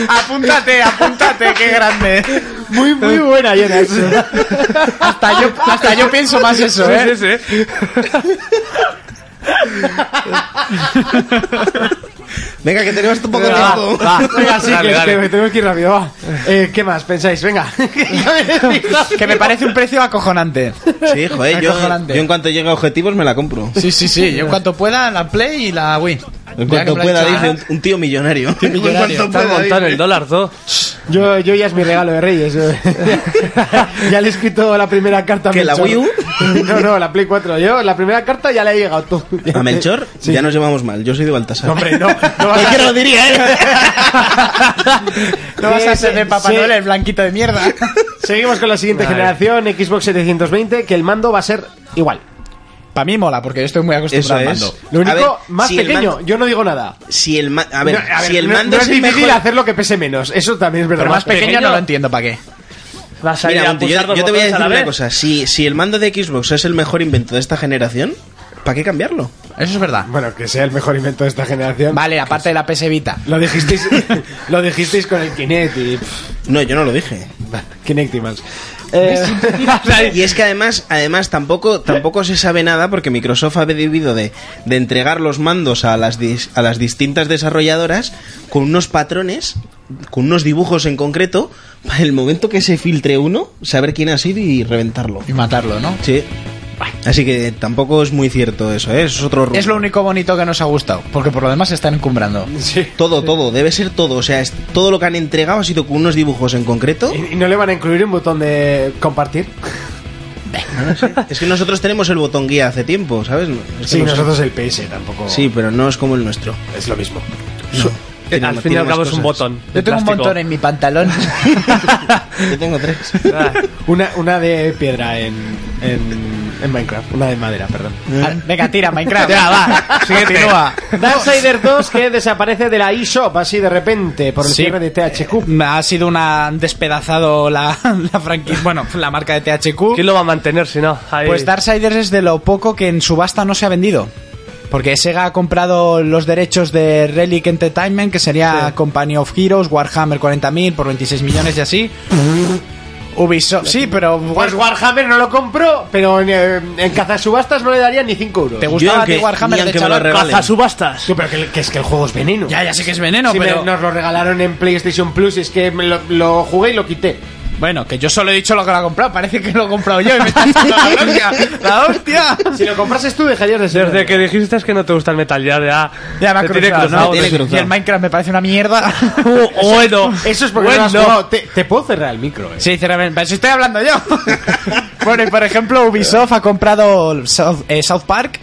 Speaker 5: Apúntate, apúntate, qué grande.
Speaker 3: Muy, muy buena, Jonas.
Speaker 5: Hasta yo, hasta yo pienso más eso, ¿eh?
Speaker 6: Sí, sí, sí.
Speaker 7: Venga, que tenemos un poco de
Speaker 3: Ah, Va,
Speaker 7: tiempo.
Speaker 3: va, venga, sí,
Speaker 6: Dale,
Speaker 3: que,
Speaker 6: dale.
Speaker 3: que tenemos que ir rápido, va. Eh, ¿Qué más pensáis? Venga.
Speaker 5: Que me parece un precio acojonante.
Speaker 7: Sí, joder, yo,
Speaker 5: Acojonante.
Speaker 7: yo en cuanto llegue a objetivos me la compro.
Speaker 5: Sí, sí, sí. Yo en cuanto pueda, la Play y la Wii.
Speaker 7: En
Speaker 5: Mira que
Speaker 7: cuanto
Speaker 5: me lo ha
Speaker 7: pueda,
Speaker 5: dicho
Speaker 7: dice
Speaker 5: ahora.
Speaker 7: un, un tío millonario.
Speaker 5: millonario.
Speaker 7: En cuanto
Speaker 6: Está
Speaker 7: pueda,
Speaker 6: montado en
Speaker 7: dice.
Speaker 6: el dólar 2.
Speaker 3: Yo, yo ya es mi regalo de Reyes. ya le he escrito la primera carta. a
Speaker 7: ¿Que la
Speaker 3: Melchor.
Speaker 7: Wii U?
Speaker 3: No, no, la Play 4. Yo, la primera carta ya la he llegado tú.
Speaker 7: A Melchor ya nos llevamos mal. Yo soy de Baltasar.
Speaker 3: Hombre, no. no vas a-
Speaker 7: Cualquiera lo diría, ¿eh?
Speaker 5: No vas a
Speaker 3: Sí,
Speaker 5: ser de
Speaker 3: sí,
Speaker 5: Papá
Speaker 3: sí.
Speaker 5: Noel, el blanquito de mierda.
Speaker 3: Seguimos con la siguiente generación, Xbox 720, que el mando va a ser igual.
Speaker 5: Para mí mola, porque yo estoy muy
Speaker 7: Eso
Speaker 5: acostumbrado al
Speaker 7: es.
Speaker 5: mando.
Speaker 3: Lo
Speaker 7: A
Speaker 3: único,
Speaker 7: ver,
Speaker 3: más
Speaker 7: si el
Speaker 3: pequeño,
Speaker 7: mando-
Speaker 3: yo no digo nada.
Speaker 7: si el ma- a ver,
Speaker 3: No, a ver,
Speaker 7: si el
Speaker 3: no-
Speaker 7: mando
Speaker 3: no es
Speaker 7: es el
Speaker 3: difícil
Speaker 7: mejor-
Speaker 3: hacer lo que pese menos, eso también es verdad.
Speaker 5: Pero más pequeño no lo entiendo para qué.
Speaker 6: Vas a ir
Speaker 7: Mira,
Speaker 6: a
Speaker 7: Monti,
Speaker 6: pulsar
Speaker 7: yo,
Speaker 6: dos
Speaker 7: yo te voy a
Speaker 6: botones
Speaker 7: decir
Speaker 6: la
Speaker 7: una
Speaker 6: vez.
Speaker 7: cosa. Si, si el mando de Xbox es el mejor invento de esta generación, ¿para qué cambiarlo?
Speaker 5: Eso es verdad.
Speaker 3: Bueno, que sea el mejor invento de esta generación.
Speaker 5: Vale, aparte de la PS Vita.
Speaker 3: Lo dijisteis, lo dijisteis con el Kinect y pff,
Speaker 7: No, yo no lo dije.
Speaker 3: Kinect y más. Eh,
Speaker 7: Y es que además, además tampoco, tampoco se sabe nada porque Microsoft ha decidido de, de entregar los mandos a las, dis- a las distintas desarrolladoras con unos patrones, con unos dibujos en concreto, para el momento que se filtre uno, saber quién ha sido y reventarlo.
Speaker 5: Y matarlo, ¿no?
Speaker 7: Sí. Así que tampoco es muy cierto eso, ¿eh? Eso es otro rumor.
Speaker 5: Es lo único bonito que nos ha gustado, porque por lo demás se están encumbrando.
Speaker 3: sí.
Speaker 7: Todo, todo, debe ser todo. O sea, es- todo lo que han entregado ha sido con unos dibujos en concreto.
Speaker 3: ¿Y y no le van a incluir un botón de compartir?
Speaker 7: Es que nosotros tenemos el botón guía hace tiempo, ¿sabes? Es que
Speaker 3: Sí,
Speaker 7: nos-
Speaker 3: nosotros el PS tampoco.
Speaker 7: Sí, pero no es como el nuestro.
Speaker 3: es lo mismo.
Speaker 7: No.
Speaker 5: eh,
Speaker 7: Tiene-
Speaker 6: Al fin y
Speaker 7: tiene
Speaker 6: al cabo
Speaker 7: más
Speaker 6: es un
Speaker 7: cosas.
Speaker 6: botón. de
Speaker 5: Yo tengo un
Speaker 6: plástico.
Speaker 5: montón en mi pantalón.
Speaker 7: Yo tengo tres.
Speaker 6: Ah,
Speaker 3: Una, una de piedra en, en, en Minecraft, una de madera, perdón.
Speaker 5: Ah, Venga, tira, Minecraft. Ya, va. Continúa.
Speaker 3: Darksiders 2 que desaparece de la eShop así de repente por el
Speaker 5: Sí. Eh,
Speaker 3: cierre de THQ.
Speaker 5: Ha sido una han despedazado la, la franquicia, bueno, la marca de THQ.
Speaker 6: ¿Quién lo va a mantener si no? Ahí-
Speaker 5: Pues Darksiders es de lo poco que en subasta no se ha vendido. Porque Sega ha comprado los derechos de Relic Entertainment, que sería Company of Heroes, Warhammer 40.000 por 26 millones y así. Ubisoft, sí, pero
Speaker 3: Pues
Speaker 5: War-
Speaker 3: Warhammer no lo compró, pero en, eh, en cazasubastas no le darían ni 5 euros.
Speaker 5: ¿te gustaba a ti
Speaker 7: aunque-
Speaker 5: Warhammer de
Speaker 7: ni aunque me lo
Speaker 5: chaval?
Speaker 7: regalen.
Speaker 5: Caza su-
Speaker 6: subastas.
Speaker 3: Sí, pero que, que es que el juego es veneno.
Speaker 5: Ya, ya sé que es veneno,
Speaker 3: Sí, me-
Speaker 5: pero...
Speaker 3: nos lo regalaron en PlayStation Plus y es que me lo, lo jugué y lo quité.
Speaker 5: Bueno, que yo solo he dicho lo que lo he comprado, parece que lo he comprado yo y me está echando la bronca. ¡La hostia!
Speaker 3: Si lo comprases tú, dejarías de ser.
Speaker 6: Desde que dijiste que no te gusta el Metal Gear, ya.
Speaker 5: Ya me ha
Speaker 6: te tiene
Speaker 5: cruzado,
Speaker 6: cruzado,
Speaker 5: ¿no?
Speaker 7: te tiene
Speaker 5: Y el
Speaker 7: cruzado. Oh,
Speaker 5: Minecraft me parece una mierda.
Speaker 6: Uh, bueno,
Speaker 3: Eso es porque no
Speaker 6: bueno.
Speaker 3: has jugado. Te, te puedo cerrar el micro, eh.
Speaker 5: Sí, sinceramente, pero si estoy hablando yo. bueno, y por ejemplo, Ubisoft ha comprado South, eh, South Park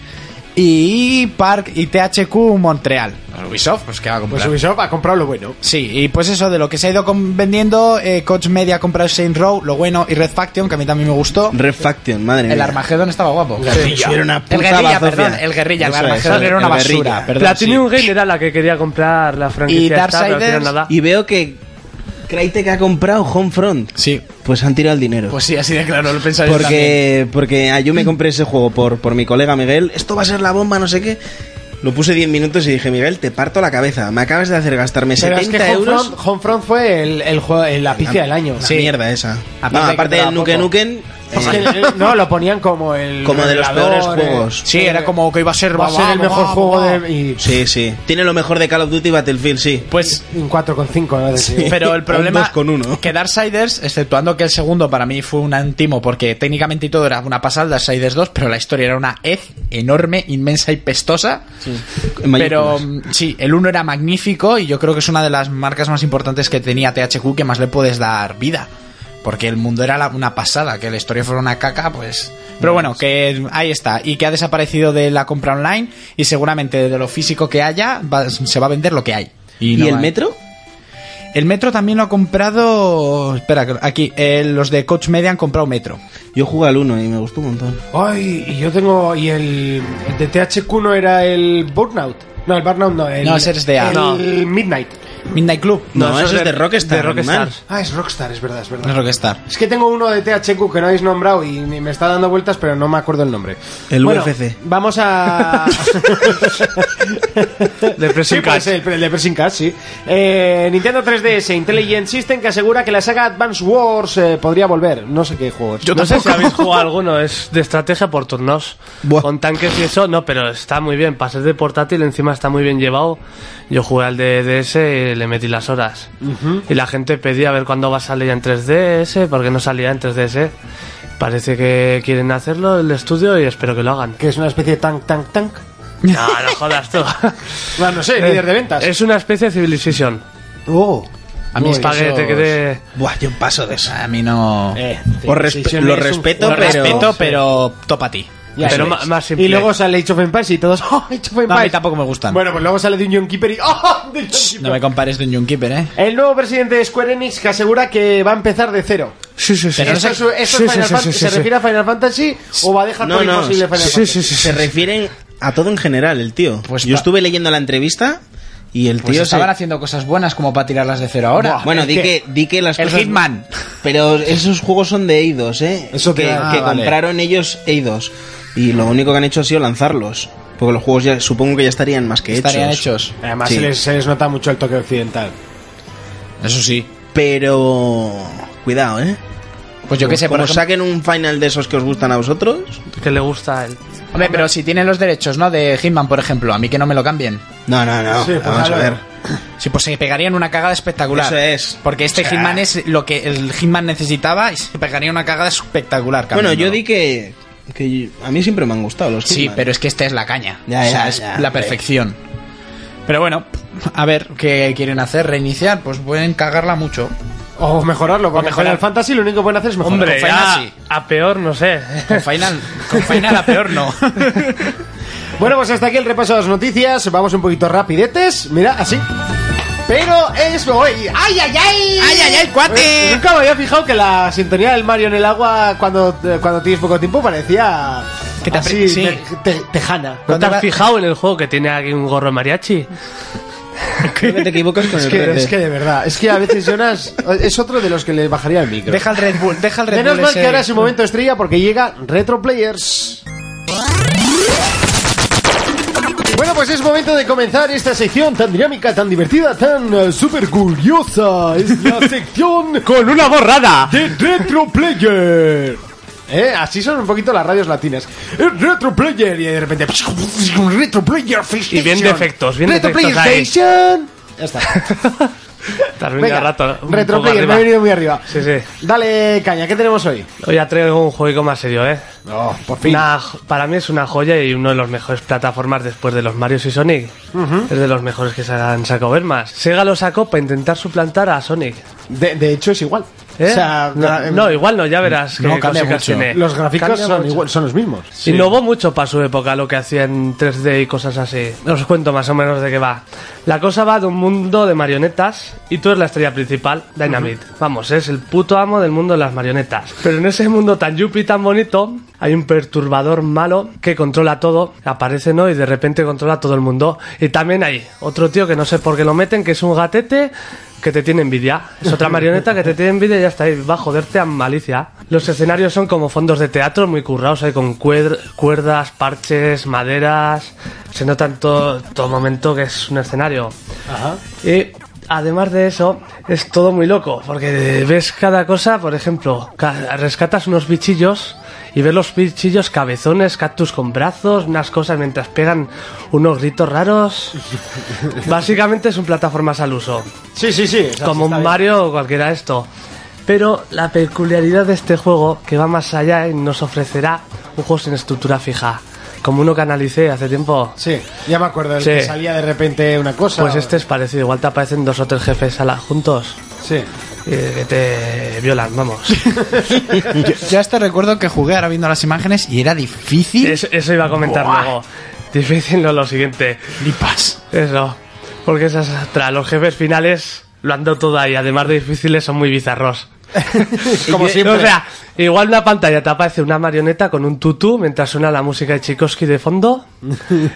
Speaker 5: y Park y THQ Montreal. Ubisoft, pues que va a comprar.
Speaker 3: Pues Ubisoft ha comprado lo bueno.
Speaker 5: Sí, y pues eso, de lo que se ha ido com- vendiendo, eh, Coach Media ha comprado Saint Row, lo bueno, y Red Faction, que a mí también me gustó.
Speaker 7: Red Faction, madre mía.
Speaker 5: El Armagedón estaba guapo.
Speaker 7: Sí, era una puta
Speaker 5: El guerrilla,
Speaker 7: bazofia.
Speaker 5: perdón, el guerrilla, el
Speaker 7: Eso es,
Speaker 5: Armagedón
Speaker 7: el-
Speaker 5: era una
Speaker 7: el guerrilla.
Speaker 5: basura. Perdón,
Speaker 6: Platinum
Speaker 5: sí.
Speaker 6: Game era la que quería comprar la franquicia.
Speaker 5: Y
Speaker 6: esta, pero al
Speaker 5: Darksiders-
Speaker 6: final nada.
Speaker 7: Y veo que Crytek ha comprado Homefront.
Speaker 5: Sí.
Speaker 7: Pues han tirado el dinero.
Speaker 5: Pues sí, así de claro, lo he pensado yo también.
Speaker 7: porque porque ah, yo me compré ese juego por, por mi colega Miguel. Esto va a ser la bomba, no sé qué. Lo puse 10 minutos y dije, Miguel, te parto la cabeza. Me acabas de hacer gastarme
Speaker 3: Pero es
Speaker 7: 70
Speaker 3: que
Speaker 7: euros.
Speaker 3: Homefront, Homefront fue el, el juego, el- la
Speaker 5: Ah,
Speaker 3: picia del año.
Speaker 7: Una mierda esa.
Speaker 5: Aparte
Speaker 7: No,
Speaker 5: de que
Speaker 7: aparte
Speaker 5: duraba
Speaker 7: del Nuke
Speaker 5: poco.
Speaker 7: Nukem,
Speaker 3: Es
Speaker 7: eh,
Speaker 3: que, eh, no, lo ponían como el.
Speaker 7: como de los peores
Speaker 3: revelador, eh.
Speaker 7: juegos.
Speaker 5: Sí, era como que iba a ser,
Speaker 3: Va a ser el
Speaker 5: vamos,
Speaker 3: mejor
Speaker 5: vamos,
Speaker 3: juego
Speaker 5: vamos.
Speaker 3: de. Y,
Speaker 7: Sí, sí. Tiene lo mejor de Call of Duty y Battlefield, sí.
Speaker 5: Pues
Speaker 3: un 4,5, ¿no? De-
Speaker 5: Pero el
Speaker 7: Un
Speaker 5: problema
Speaker 7: dos con uno.
Speaker 5: que Darksiders, exceptuando que el segundo para mí fue un antimo, porque técnicamente y todo era una pasada, Darksiders 2, pero la historia era una hez enorme, inmensa y pestosa.
Speaker 7: En
Speaker 5: Pero
Speaker 7: mayúsculas.
Speaker 5: mm, sí, el uno era magnífico y yo creo que es una de las marcas más importantes que tenía THQ que más le puedes dar vida. Porque el mundo era la- una pasada, que la historia fuera una caca, pues... Pero bueno, que ahí está. Y que ha desaparecido de la compra online y seguramente de lo físico que haya va- se va a vender lo que hay.
Speaker 7: ¿Y,
Speaker 5: no
Speaker 7: el
Speaker 5: va-
Speaker 7: metro?
Speaker 5: el Metro también lo ha comprado. Espera, que- aquí. eh, los de Coach Media han comprado Metro.
Speaker 7: Yo jugué al uno y me gustó un montón.
Speaker 3: Ay, y yo tengo. Y el, el de THQ no era el Burnout. No, el Burnout no. El,
Speaker 5: No, ese es de A.
Speaker 3: El
Speaker 5: No.
Speaker 3: Midnight.
Speaker 5: Midnight Club.
Speaker 7: No,
Speaker 6: eso
Speaker 7: eso,
Speaker 6: es
Speaker 7: es de
Speaker 6: de-
Speaker 7: Rockstar.
Speaker 6: de Rockstar.
Speaker 7: man.
Speaker 3: Ah, es Rockstar, es verdad, es verdad.
Speaker 5: No es Rockstar.
Speaker 3: Es que tengo uno de THQ que no habéis nombrado y me me está dando vueltas, pero no me acuerdo el nombre.
Speaker 7: El UFC.
Speaker 3: Vamos a.
Speaker 6: De Pressing
Speaker 3: Sí, puede
Speaker 6: Catch.
Speaker 3: ser, el, pre- el de Pressing Catch, sí. Eh, Nintendo 3DS Intelligent System que asegura que la saga Advance Wars eh, podría volver. No sé qué juego es.
Speaker 6: no sé si habéis jugado alguno, es de estrategia por turnos.
Speaker 7: Buah.
Speaker 6: Con tanques y eso, no, pero está muy bien. Para ser de portátil, encima está muy bien llevado. Yo jugué al de DS y le metí las horas. Y la gente pedía a ver cuándo va a salir en 3DS, porque no salía en 3DS. Parece que quieren hacerlo el estudio y espero que lo hagan.
Speaker 3: Que es una especie de tank, tank, tank.
Speaker 6: No, no jodas tú.
Speaker 3: Bueno, no sé, líder de ventas.
Speaker 6: Es una especie de Civilization.
Speaker 3: Oh.
Speaker 5: A mí es
Speaker 6: Para que te quede.
Speaker 7: Buah, yo paso de eso.
Speaker 5: A mí no.
Speaker 7: Os respe-
Speaker 3: Civilization
Speaker 7: lo
Speaker 3: es un-
Speaker 7: respeto,
Speaker 5: lo
Speaker 7: pero...
Speaker 5: respeto, pero topa a ti.
Speaker 3: Ya
Speaker 6: pero
Speaker 3: ves.
Speaker 6: ma- más simple.
Speaker 3: y luego sale Age of Empires y todos, ¡oh, Age of Empires!
Speaker 5: No, a mí tampoco me gustan.
Speaker 3: Bueno, pues luego sale Dungeon Keeper y ¡oh, Dungeon Keeper!
Speaker 5: no me compares de un Junkeeper, ¿eh?
Speaker 3: El nuevo presidente de Square Enix que asegura que va a empezar de cero.
Speaker 5: Sí, sí, sí.
Speaker 3: Pero ¿Esto, es- esto es Final Fan- ¿Se refiere a Final Fantasy o va a dejar
Speaker 7: No,
Speaker 3: por
Speaker 7: no,
Speaker 3: imposible Final Fantasy?
Speaker 7: Se refieren a todo en general, el tío.
Speaker 5: Pues
Speaker 7: yo
Speaker 5: pa-
Speaker 7: estuve leyendo la entrevista y el
Speaker 5: Pues
Speaker 7: tío... se-
Speaker 5: estaban haciendo cosas buenas como para tirarlas de cero ahora.
Speaker 7: Bueno, di que, di que las
Speaker 5: Ah, el
Speaker 7: cosas...
Speaker 5: Hitman.
Speaker 7: Pero esos juegos son de Eidos, ¿eh?
Speaker 5: Eso te-
Speaker 7: que,
Speaker 5: ah,
Speaker 7: que
Speaker 5: vale.
Speaker 7: compraron ellos Eidos. Y lo único que han hecho ha sido lanzarlos. Porque los juegos ya supongo que ya estarían más que
Speaker 5: Estarían
Speaker 7: hechos.
Speaker 5: hechos.
Speaker 3: Además
Speaker 7: Sí.
Speaker 3: se, les, se les nota mucho el toque occidental.
Speaker 5: Eso sí.
Speaker 7: Pero... Cuidado, ¿eh?
Speaker 5: Pues yo qué sé, por
Speaker 7: Como
Speaker 5: ejemplo-
Speaker 7: saquen un final de esos que os gustan a vosotros...
Speaker 6: Que le gusta a él.
Speaker 5: Hombre, pero si tienen los derechos, ¿no? De Hitman, por ejemplo, a mí que no me lo cambien.
Speaker 7: No, no, no.
Speaker 3: Sí, pues,
Speaker 7: Vamos a
Speaker 3: claro.
Speaker 7: ver.
Speaker 5: Sí, pues se pegarían una cagada espectacular.
Speaker 7: Eso es.
Speaker 5: Porque este
Speaker 7: O sea-
Speaker 5: Hitman es lo que el Hitman necesitaba y se pegaría una cagada espectacular.
Speaker 7: Bueno,
Speaker 5: cambiándolo.
Speaker 7: yo di que, que a mí siempre me han gustado los
Speaker 5: Sí,
Speaker 7: Hitman.
Speaker 5: pero es que esta es la caña.
Speaker 7: Ya,
Speaker 5: o sea,
Speaker 7: ya,
Speaker 5: es
Speaker 7: ya,
Speaker 5: la
Speaker 7: hombre.
Speaker 5: perfección. Pero bueno, a ver, ¿qué quieren hacer? ¿Reiniciar? Pues pueden cagarla mucho.
Speaker 3: O mejorarlo, porque
Speaker 5: mejorar.
Speaker 3: Final Fantasy lo único que pueden hacer es mejorar.
Speaker 6: Hombre,
Speaker 5: con
Speaker 6: ya
Speaker 5: Final sí.
Speaker 6: a peor, no sé.
Speaker 5: Con Final, con Final a peor no.
Speaker 3: Bueno, pues hasta aquí el repaso de las noticias. Vamos un poquito rapidetes. Mira, así. Pero es hoy. Ah, ¡Ay, ay, ay!
Speaker 5: ¡Ay, ay, ay, cuate!
Speaker 3: Eh, Nunca me había fijado que la sintonía del Mario en el agua, cuando, eh, cuando tienes poco tiempo, parecía.
Speaker 5: Que te
Speaker 3: así,
Speaker 5: apre- sí.
Speaker 3: te- te- tejana.
Speaker 6: ¿No te
Speaker 5: ¿Dónde
Speaker 6: has
Speaker 5: va-
Speaker 6: fijado en el juego que tiene aquí un gorro de mariachi?
Speaker 7: Creo que te equivocas con
Speaker 3: Es
Speaker 7: el
Speaker 3: que,
Speaker 7: Red
Speaker 3: es
Speaker 7: Dead.
Speaker 3: que de verdad, es que a veces Jonas es otro de los que le bajaría el micro.
Speaker 5: Deja el Red Bull, deja el Red
Speaker 3: Menos
Speaker 5: Bull
Speaker 3: mal
Speaker 5: ese.
Speaker 3: que ahora es un momento estrella porque llega Retro Players. Bueno, pues es momento de comenzar esta sección tan dinámica, tan divertida, tan eh, súper curiosa. Es la sección con una borrada de Retro Player. Eh, Así son un poquito las radios latinas. Eh, Retro Player y de repente Retro Player Station.
Speaker 6: Y bien de efectos, bien de
Speaker 3: Retro
Speaker 6: efectos
Speaker 3: Player
Speaker 6: ahí.
Speaker 3: Station. Ya está.
Speaker 6: Te has venido
Speaker 3: Venga,
Speaker 6: al rato. un
Speaker 3: Retro
Speaker 6: poco
Speaker 3: Player, me
Speaker 6: arriba.
Speaker 3: he venido muy arriba.
Speaker 6: Sí, sí.
Speaker 3: Dale, caña, ¿qué tenemos hoy?
Speaker 6: Hoy ya traigo un juego más serio, ¿eh?
Speaker 3: No, por
Speaker 6: Una jo- para mí es una joya y uno de los mejores plataformas después de los Marios y Sonic. Es de los mejores que se han sacado ver más. Sega lo sacó para intentar suplantar a Sonic.
Speaker 3: De, de hecho, es igual.
Speaker 6: ¿eh?
Speaker 3: O sea,
Speaker 6: no,
Speaker 3: gra-
Speaker 6: no, igual no, ya verás
Speaker 5: No,
Speaker 6: qué
Speaker 5: cambia
Speaker 6: cositas
Speaker 5: mucho.
Speaker 6: tiene.
Speaker 3: los gráficos
Speaker 6: Cambia
Speaker 3: son,
Speaker 6: mucho.
Speaker 3: igual, son los mismos.
Speaker 6: Innovó mucho para su época lo que hacía en 3D y cosas así. Os cuento más o menos de qué va. La cosa va de un mundo de marionetas y tú eres la estrella principal, Dynamite. Vamos, es el puto amo del mundo de las marionetas. Pero en ese mundo tan yuppie, tan bonito, hay un perturbador malo que controla todo. Aparece, ¿no? Y de repente controla todo el mundo. Y también hay otro tío que no sé por qué lo meten, que es un gatete que te tiene envidia. Es otra marioneta que te tiene envidia y ya está ahí. Va a joderte a malicia. Los escenarios son como fondos de teatro muy currados, ahí con cuer- cuerdas, parches, maderas. Se nota en todo, todo momento que es un escenario. Y además de eso, es todo muy loco, porque ves cada cosa, por ejemplo, ca- rescatas unos bichillos y ves los bichillos cabezones, cactus con brazos, unas cosas mientras pegan unos gritos raros. Básicamente es un plataformas al uso
Speaker 3: Sí, sí, sí. o sea,
Speaker 6: como
Speaker 3: sí
Speaker 6: un
Speaker 3: está bien.
Speaker 6: Mario o cualquiera esto. Pero la peculiaridad de este juego, que va más allá y nos ofrecerá un juego sin estructura fija. Como uno que analicé hace tiempo.
Speaker 3: Sí, ya me acuerdo. El
Speaker 6: Sí.
Speaker 3: que salía de repente una cosa.
Speaker 6: Pues este es parecido, igual te aparecen dos o tres jefes a la- juntos
Speaker 3: Sí.
Speaker 6: eh, que te violan, vamos.
Speaker 5: Yo, yo hasta recuerdo que jugué ahora viendo las imágenes y era difícil.
Speaker 6: Eso, eso iba a comentar
Speaker 5: Buah.
Speaker 6: luego. Difícil no lo siguiente.
Speaker 5: Flipas.
Speaker 6: Eso. Porque esas tras los jefes finales lo han dado todo ahí. Además de difíciles, son muy bizarros.
Speaker 3: Como
Speaker 6: Y-
Speaker 3: siempre.
Speaker 6: O sea, igual una pantalla te aparece una marioneta con un tutú mientras suena la música de Tchaikovsky de fondo,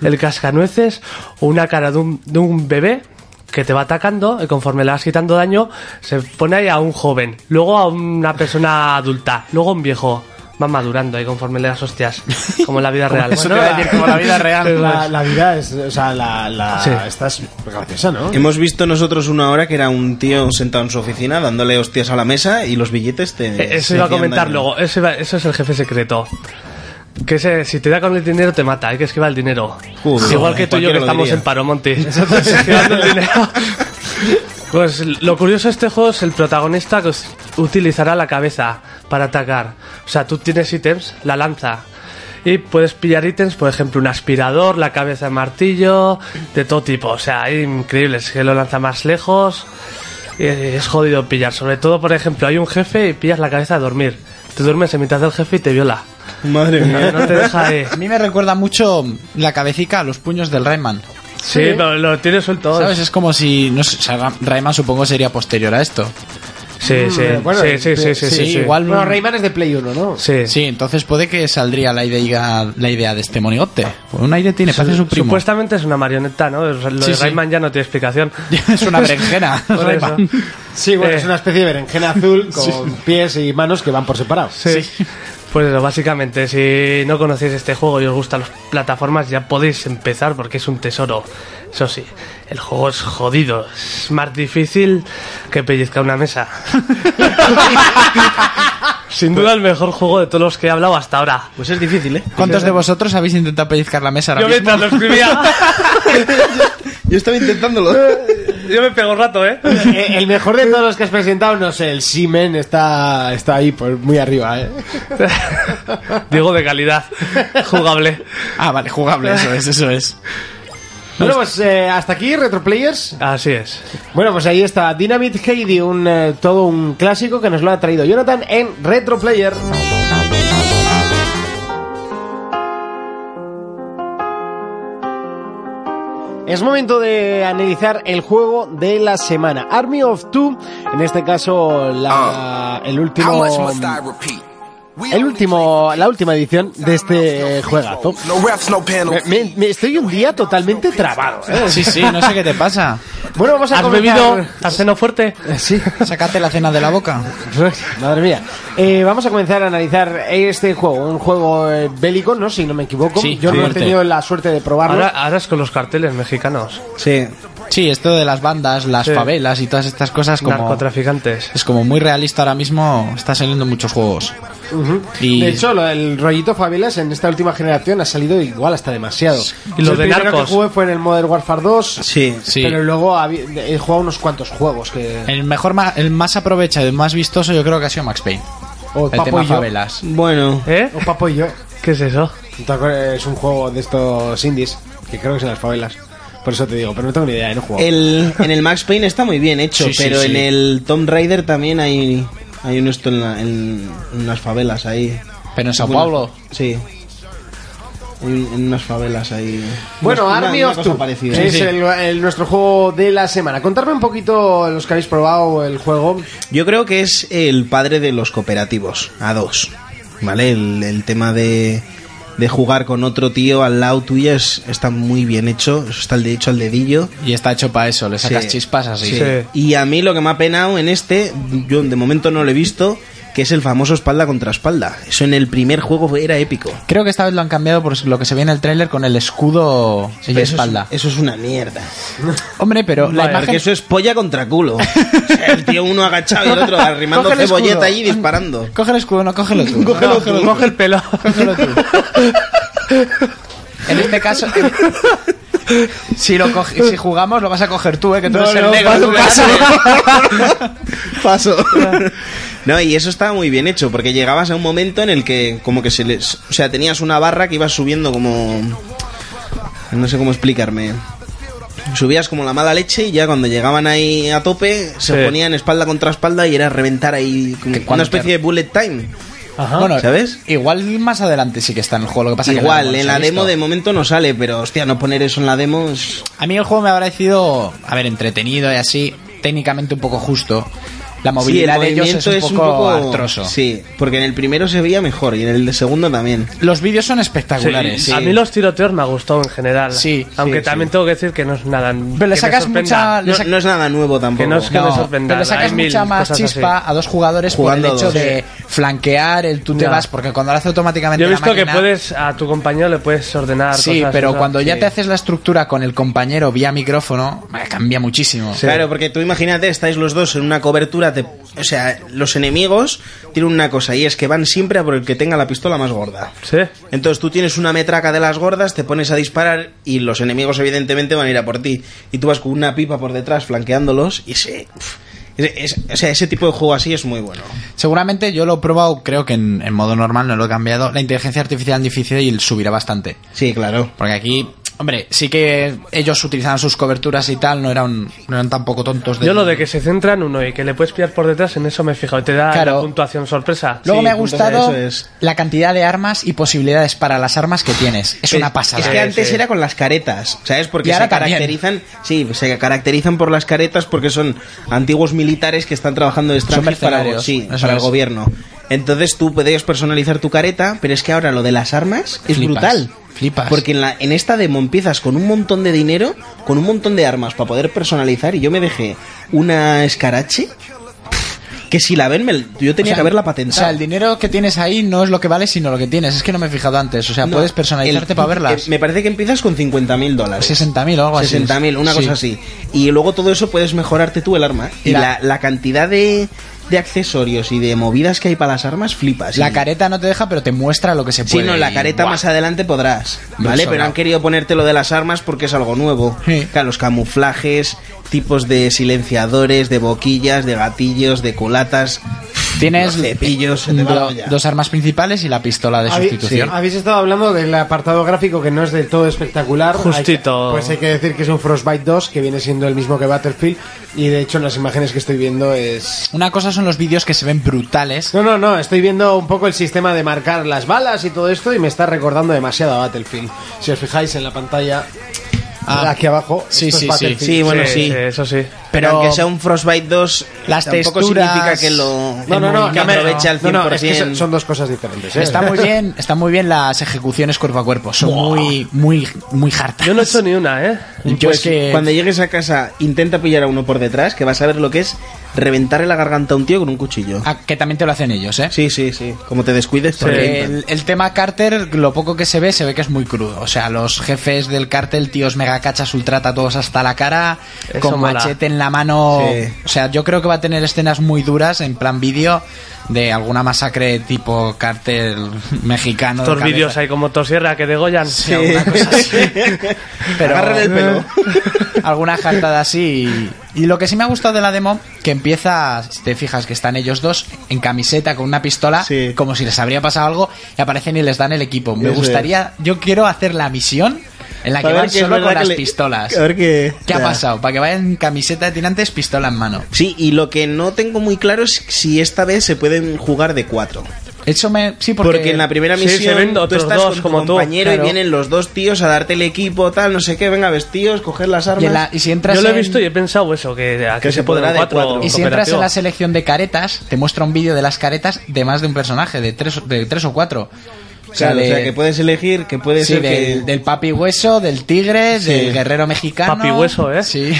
Speaker 6: el cascanueces o una cara de un, de un bebé que te va atacando y conforme le vas quitando daño se pone ahí a un joven, luego a una persona adulta, luego a un viejo. Va madurando ahí conforme le das hostias, como en la vida real.
Speaker 5: Eso te iba a decir, como la vida real.
Speaker 3: La, pues. la vida es. O sea, la. la
Speaker 6: Sí.
Speaker 3: Esta es graciosa, ¿no?
Speaker 7: Hemos visto nosotros una hora que era un tío sentado en su oficina dándole hostias a la mesa y los billetes te...
Speaker 6: Eh, Eso
Speaker 7: te
Speaker 6: iba a
Speaker 7: hacían
Speaker 6: comentar
Speaker 7: daño.
Speaker 6: luego. Eso, iba- eso es el jefe secreto. Que ese, si te da con el dinero, te mata. Hay que esquivar el dinero.
Speaker 7: Joder,
Speaker 6: Igual que tú y yo
Speaker 7: cualquiera
Speaker 6: que
Speaker 7: lo
Speaker 6: estamos
Speaker 7: diría.
Speaker 6: en Paromonte. Esquivando el dinero. Pues lo curioso de este juego es el protagonista que us- utilizará la cabeza para atacar. O sea, tú tienes ítems, la lanza. y puedes pillar ítems, por ejemplo, un aspirador, la cabeza de martillo, de todo tipo. O sea, hay increíbles que lo lanza más lejos. y Es jodido pillar. Sobre todo, por ejemplo, hay un jefe y pillas la cabeza de dormir. Te duermes en mitad del jefe y te viola.
Speaker 7: Madre
Speaker 6: No, no te deja ahí.
Speaker 5: A mí me recuerda mucho la cabecita a los puños del Rayman.
Speaker 6: Sí, pero lo tienes suelto.
Speaker 5: ¿Sabes? Es como si. No sé, o sea, Ra- Rayman supongo sería posterior a esto. Mm,
Speaker 6: Sí, sí,
Speaker 3: Mm, bueno,
Speaker 6: sí, sí, sí, sí,
Speaker 5: sí,
Speaker 6: sí, sí.
Speaker 5: igual.
Speaker 3: Bueno, Rayman es de Play 1, ¿no?
Speaker 6: Sí.
Speaker 5: Sí, entonces puede que saldría la idea, la idea de este monigote. Pues un aire tiene, parece su primo.
Speaker 6: Supuestamente es una marioneta, ¿no? Lo de
Speaker 5: Sí, sí.
Speaker 6: Rayman ya no tiene explicación. Pues
Speaker 5: es una berenjena.
Speaker 6: Por eso.
Speaker 5: Rayman.
Speaker 3: Sí, bueno,
Speaker 6: Eh.
Speaker 3: es una especie de berenjena azul con pies y manos que van por separado.
Speaker 6: Sí. Pues eso, básicamente, si no conocéis este juego y os gustan las plataformas, ya podéis empezar porque es un tesoro. Eso sí, el juego es jodido, es más difícil que pellizcar una mesa. Sin duda el mejor juego de todos los que he hablado hasta ahora.
Speaker 7: Pues es difícil, ¿eh?
Speaker 5: ¿Cuántos de vosotros habéis intentado pellizcar la mesa ahora
Speaker 6: Yo
Speaker 5: mismo?
Speaker 6: mientras lo escribía,
Speaker 7: Yo estaba intentándolo.
Speaker 6: yo me pego un rato, ¿eh?
Speaker 3: Eh, El mejor de todos los que has presentado, no sé, el Simen está, está ahí por muy arriba, ¿eh?
Speaker 6: Digo de calidad, jugable.
Speaker 5: Ah, vale, jugable, eso es, eso es.
Speaker 3: Bueno, pues eh, hasta aquí, Retroplayers.
Speaker 6: Así es.
Speaker 3: Bueno, pues ahí está Dynamite Heidi, un, eh, todo un clásico que nos lo ha traído Jonathan en Retroplayer. Es momento de analizar el juego de la semana. Army of Two, en este caso la, el último el último, la última edición de este juegazo. Me, me- me estoy un día totalmente trabado. ¿eh?
Speaker 5: Sí, sí, no sé qué te pasa.
Speaker 3: Bueno, vamos a
Speaker 6: ¿Has
Speaker 3: comenzar- Eh,
Speaker 6: bebido arseno fuerte?
Speaker 3: Sí,
Speaker 5: Sácate la cena de la boca.
Speaker 3: madre mía. Eh, vamos a comenzar a analizar este juego, un juego eh, bélico, ¿no? Si no me equivoco.
Speaker 5: Sí,
Speaker 3: Yo
Speaker 5: sí.
Speaker 3: no he
Speaker 5: Fuerte.
Speaker 3: tenido la suerte de probarlo.
Speaker 6: Ahora, ahora es con los carteles mexicanos,
Speaker 7: Sí.
Speaker 5: Sí, esto de las bandas, las
Speaker 6: Sí.
Speaker 5: favelas y todas estas cosas como...
Speaker 6: narcotraficantes.
Speaker 5: Es como muy realista ahora mismo, está saliendo en muchos juegos.
Speaker 3: Ujú.
Speaker 5: Y-
Speaker 3: De hecho, lo- el rollito favelas en esta última generación ha salido igual hasta demasiado.
Speaker 6: Y lo
Speaker 3: el
Speaker 6: de
Speaker 3: primero
Speaker 6: narcos.
Speaker 3: que jugué fue en el Modern Warfare 2.
Speaker 7: Sí.
Speaker 5: Sí.
Speaker 3: Pero luego habí- he jugado unos cuantos juegos que...
Speaker 6: Eh.
Speaker 5: El mejor, ma- el más aprovechado y más vistoso yo creo que ha sido Max Payne.
Speaker 3: o
Speaker 5: el tema
Speaker 3: y yo.
Speaker 5: favelas.
Speaker 7: Bueno.
Speaker 6: ¿Eh?
Speaker 3: O Papo y yo.
Speaker 6: ¿Qué es eso?
Speaker 3: ¿Te acuerdas? Es un juego de estos indies, que creo que son las favelas. Por eso te digo, pero no tengo ni idea, ¿eh? no he jugado.
Speaker 7: El, en el Max Payne está muy bien hecho,
Speaker 5: Sí, sí,
Speaker 7: pero
Speaker 5: sí.
Speaker 7: en el Tomb Raider también hay, hay un esto en, la- en- en las favelas ahí.
Speaker 5: Pero en Sao
Speaker 7: Algunas-
Speaker 5: Paulo.
Speaker 7: Sí. En, en unas favelas ahí.
Speaker 3: Bueno,
Speaker 7: Una-
Speaker 3: Army
Speaker 7: una
Speaker 3: of
Speaker 7: cosa
Speaker 3: Two
Speaker 7: parecida.
Speaker 3: es
Speaker 5: Sí, sí.
Speaker 3: el- el- nuestro juego de la semana. Contarme un poquito los que habéis probado el juego.
Speaker 7: Yo creo que es el padre de los cooperativos, a dos. ¿Vale? El, el tema de, de jugar con otro tío al lado tuyo es- está muy bien hecho. Está de hecho al dedillo.
Speaker 5: Y está hecho para eso, le sacas
Speaker 7: Sí.
Speaker 5: chispas así.
Speaker 7: Sí. Y a mí lo que me ha penado en este, yo de momento no lo he visto, que es el famoso espalda contra espalda. Eso en el primer juego fue- era épico.
Speaker 5: Creo que esta vez lo han cambiado por lo que se ve en el tráiler con el escudo en
Speaker 7: Pero
Speaker 5: la
Speaker 7: eso es-
Speaker 5: espalda.
Speaker 7: Eso es, una mierda.
Speaker 5: Hombre, pero la
Speaker 6: Vale,
Speaker 5: imagen...
Speaker 7: Porque eso es polla contra culo. O sea, el tío uno agachado y el otro arrimando
Speaker 5: Coge el escudo.
Speaker 7: cebolleta ahí y disparando.
Speaker 5: Coge el escudo, no, cógelo tú. No, cógelo tú.
Speaker 6: Coge el pelo.
Speaker 5: En este caso... Si, lo coge- si jugamos lo vas a coger tú, ¿eh? que tú eres el negro. tú verás.
Speaker 7: Paso. No, y eso estaba muy bien hecho, porque llegabas a un momento en el que como que se les... O sea, tenías una barra que ibas subiendo como... No sé cómo explicarme. Subías como la mala leche y ya cuando llegaban ahí a tope se
Speaker 6: Sí.
Speaker 7: ponían espalda contra espalda y era reventar ahí como
Speaker 5: Que
Speaker 7: una
Speaker 5: cuando te-
Speaker 7: especie de bullet time.
Speaker 5: Bueno,
Speaker 7: ¿Sabes?
Speaker 5: Igual más adelante sí que está en el juego. Lo que pasa
Speaker 7: Igual,
Speaker 5: que
Speaker 7: en la
Speaker 5: no se ha
Speaker 7: demo
Speaker 5: visto.
Speaker 7: de momento no sale, pero hostia, no poner eso en la demo es...
Speaker 5: A mí el juego me ha parecido, a ver, entretenido y así, técnicamente un poco justo. La
Speaker 7: Sí, el
Speaker 5: movilidad de ellos es
Speaker 7: movimiento
Speaker 5: un poco, artroso.
Speaker 7: Sí, porque en el primero se veía mejor y en el de segundo también.
Speaker 5: Los vídeos son espectaculares.
Speaker 6: A
Speaker 5: sí.
Speaker 6: mí los tiroteos me ha gustado en general.
Speaker 5: Sí,
Speaker 6: Aunque
Speaker 5: sí,
Speaker 6: también
Speaker 5: sí.
Speaker 6: tengo que decir que no es nada.
Speaker 5: Pero le sacas mucha... le
Speaker 7: No,
Speaker 5: sac-
Speaker 7: no es nada nuevo tampoco.
Speaker 6: Que no es que me sorprenda,
Speaker 5: pero le sacas
Speaker 6: hay mil
Speaker 5: mucha más
Speaker 6: cosas así.
Speaker 5: chispa a dos jugadores
Speaker 7: Jugando
Speaker 5: por el
Speaker 7: a
Speaker 5: hecho
Speaker 7: dos,
Speaker 5: de flanquear el tú te
Speaker 6: Ya.
Speaker 5: vas, porque cuando lo hace automáticamente
Speaker 6: Yo he
Speaker 5: la
Speaker 6: visto que
Speaker 5: máquina-
Speaker 6: puedes a tu compañero le puedes ordenar.
Speaker 5: Sí,
Speaker 6: cosas,
Speaker 5: pero
Speaker 6: cosas.
Speaker 5: cuando ya
Speaker 6: Sí.
Speaker 5: te haces la estructura con el compañero vía micrófono, eh, cambia muchísimo.
Speaker 6: Sí.
Speaker 7: Claro, porque tú imagínate, estáis los dos en una cobertura, te- o sea, los enemigos tienen una cosa y es que van siempre a por el que tenga la pistola más gorda.
Speaker 6: Sí.
Speaker 7: Entonces tú tienes una metraca de las gordas, te pones a disparar y los enemigos evidentemente van a ir a por ti. Y tú vas con una pipa por detrás flanqueándolos y se... pf, Es- es- o sea, ese tipo de juego así es muy bueno.
Speaker 5: Seguramente yo lo he probado, creo que en, en modo normal no lo he cambiado. La inteligencia artificial en difícil subirá bastante.
Speaker 7: Sí, claro.
Speaker 5: Porque aquí, hombre, sí que ellos utilizaban sus coberturas y tal, no eran, no eran tampoco tontos.
Speaker 6: Yo lo de que se centra en uno y que le puedes pillar por detrás, en eso me he fijado. Y te da
Speaker 5: Claro.
Speaker 6: la puntuación sorpresa.
Speaker 5: Luego
Speaker 7: Sí,
Speaker 5: me ha
Speaker 7: punto,
Speaker 5: gustado
Speaker 7: eso es.
Speaker 5: la cantidad de armas y posibilidades para las armas que tienes. Es una pasada.
Speaker 7: Es que antes
Speaker 6: sí.
Speaker 7: era con las caretas, ¿sabes? Porque
Speaker 5: Y ahora
Speaker 7: se caracterizan, sí, se caracterizan por las caretas porque son antiguos militares que están trabajando de extranjis para, el go-
Speaker 5: mercenarios,
Speaker 7: sí,
Speaker 5: eso
Speaker 7: para el
Speaker 5: es.
Speaker 7: gobierno. Entonces tú podías personalizar tu careta, pero es que ahora lo de las armas es
Speaker 5: Flipas,
Speaker 7: brutal.
Speaker 5: flipas.
Speaker 7: Porque en, la, en esta demo empiezas con un montón de dinero, con un montón de armas para poder personalizar y yo me dejé una escarache pff, que si la ven, me- yo tenía
Speaker 5: O sea,
Speaker 7: que haberla
Speaker 5: O
Speaker 7: patentado.
Speaker 5: sea, el dinero que tienes ahí no es lo que vale, sino lo que tienes. Es que no me he fijado antes. O sea,
Speaker 7: No,
Speaker 5: puedes personalizarte
Speaker 7: el-
Speaker 5: para verlas. Pues
Speaker 7: eh, Me parece que empiezas con 50.000 dólares.
Speaker 5: 60.000 o algo así.
Speaker 7: 60.000, una
Speaker 5: Sí.
Speaker 7: cosa así. Y luego todo eso puedes mejorarte tú el arma. Y
Speaker 5: La-
Speaker 7: la, la cantidad de, de accesorios y de movidas que hay para las armas flipas.
Speaker 5: La
Speaker 7: Y-
Speaker 5: careta no te deja, pero te muestra lo que se
Speaker 7: Sí,
Speaker 5: puede.
Speaker 7: no, la
Speaker 5: y-
Speaker 7: careta
Speaker 5: ¡buah!
Speaker 7: más adelante podrás, ¿vale?
Speaker 5: Eso
Speaker 7: Pero
Speaker 5: no.
Speaker 7: han querido ponerte lo de las armas porque es algo nuevo.
Speaker 5: Sí.
Speaker 7: Claro, los camuflajes, tipos de silenciadores, de boquillas, de gatillos, de culatas,
Speaker 5: Tienes
Speaker 7: los cepillos, se te va la
Speaker 5: do-
Speaker 7: olla.
Speaker 5: dos armas principales y la pistola de
Speaker 3: Habéis-
Speaker 5: sustitución.
Speaker 3: sí, habéis estado hablando del apartado gráfico que no es del todo espectacular.
Speaker 6: Justito.
Speaker 3: Hay- pues hay que decir que es un Frostbite 2 que viene siendo el mismo que Battlefield y de hecho en las imágenes que estoy viendo es...
Speaker 5: Una cosa son los vídeos que se ven brutales.
Speaker 3: No, no, no, estoy viendo un poco el sistema de marcar las balas y todo esto y me está recordando demasiado a Battlefield. Si os fijáis en la pantalla
Speaker 5: Ah.
Speaker 3: aquí abajo,
Speaker 5: Sí,
Speaker 3: esto es
Speaker 5: sí, sí.
Speaker 3: Battlefield.
Speaker 7: Sí, bueno, sí.
Speaker 6: Eso sí.
Speaker 7: Pero
Speaker 5: Pero-
Speaker 7: aunque sea un Frostbite 2,
Speaker 5: Las
Speaker 7: tampoco
Speaker 5: texturas-
Speaker 7: significa que lo
Speaker 3: No, no, no,
Speaker 7: que
Speaker 3: no me-
Speaker 7: aprovecha al 100%.
Speaker 3: no, no, es que son- son dos cosas diferentes. ¿eh?
Speaker 5: Está muy bien, están muy bien las ejecuciones cuerpo a cuerpo. Son muy, muy, muy hartas.
Speaker 6: Yo no he hecho ni una, ¿eh?
Speaker 5: Yo
Speaker 7: Pues
Speaker 5: es que
Speaker 7: cuando llegues a casa intenta pillar a uno por detrás, que vas a ver lo que es reventarle la garganta a un tío con un cuchillo.
Speaker 5: Ah, que también te lo hacen ellos, ¿eh?
Speaker 7: Sí, sí, sí. Como te descuides, te revientan.
Speaker 5: El, el tema cárter, lo poco que se ve, se ve que es muy crudo. O sea, los jefes del cártel, tíos megacachas, ultrata, todos hasta la cara,
Speaker 6: Eso
Speaker 5: con
Speaker 6: mola.
Speaker 5: machete en la mano.
Speaker 7: Sí.
Speaker 5: O sea, yo creo que va a tener escenas muy duras en plan vídeo de alguna masacre tipo cártel mexicano. de
Speaker 6: Estos
Speaker 5: cabeza.
Speaker 6: vídeos hay como Tosierra que degollan.
Speaker 5: Sí, alguna cosa así. Pero-
Speaker 7: Agárrale el pelo.
Speaker 5: alguna jartada así. Y, y lo que sí me ha gustado de la demo, que empieza, si te fijas que están ellos dos en camiseta con una pistola,
Speaker 7: Sí.
Speaker 5: como si les habría pasado algo, y aparecen y les dan el equipo. Me
Speaker 7: Eso es.
Speaker 5: gustaría, yo quiero hacer la misión en la que
Speaker 7: Para ver
Speaker 5: van
Speaker 7: que es
Speaker 5: solo
Speaker 7: verdad
Speaker 5: con
Speaker 7: que
Speaker 5: las
Speaker 7: le-
Speaker 5: pistolas.
Speaker 7: a ver que-
Speaker 5: ¿Qué
Speaker 7: o
Speaker 5: ha
Speaker 7: sea,
Speaker 5: pasado? Para que vayan en camiseta de tirantes, pistola en mano.
Speaker 7: Sí, y lo que no tengo muy claro es si esta vez se pueden jugar de cuatro.
Speaker 5: Eso me. Sí, porque.
Speaker 7: Porque, en la primera
Speaker 6: Sí,
Speaker 7: misión
Speaker 6: se ven
Speaker 7: tú
Speaker 6: otros
Speaker 7: estás
Speaker 6: dos
Speaker 7: con tu
Speaker 6: como tú,
Speaker 7: compañero
Speaker 6: claro.
Speaker 7: y vienen los dos tíos a darte el equipo, tal, no sé qué, venga vestidos, coger las armas.
Speaker 5: y, en la- y si entras
Speaker 6: Yo lo he
Speaker 5: en-
Speaker 6: visto y he pensado eso, que aquí
Speaker 7: Que se
Speaker 6: se podrá
Speaker 7: podrá de
Speaker 6: cuatro.
Speaker 7: cuatro.
Speaker 5: Y si entras en
Speaker 6: cooperativo.
Speaker 5: la selección de caretas, te muestra un vídeo de las caretas de más de un personaje, de tres, de tres o cuatro. O sea,
Speaker 7: Claro, o
Speaker 5: de-
Speaker 7: sea, que puedes elegir, que puede
Speaker 5: sí,
Speaker 7: ser
Speaker 5: del,
Speaker 7: que...
Speaker 5: del papi hueso, del tigre, del guerrero mexicano.
Speaker 6: Papi hueso, ¿eh?
Speaker 5: Sí.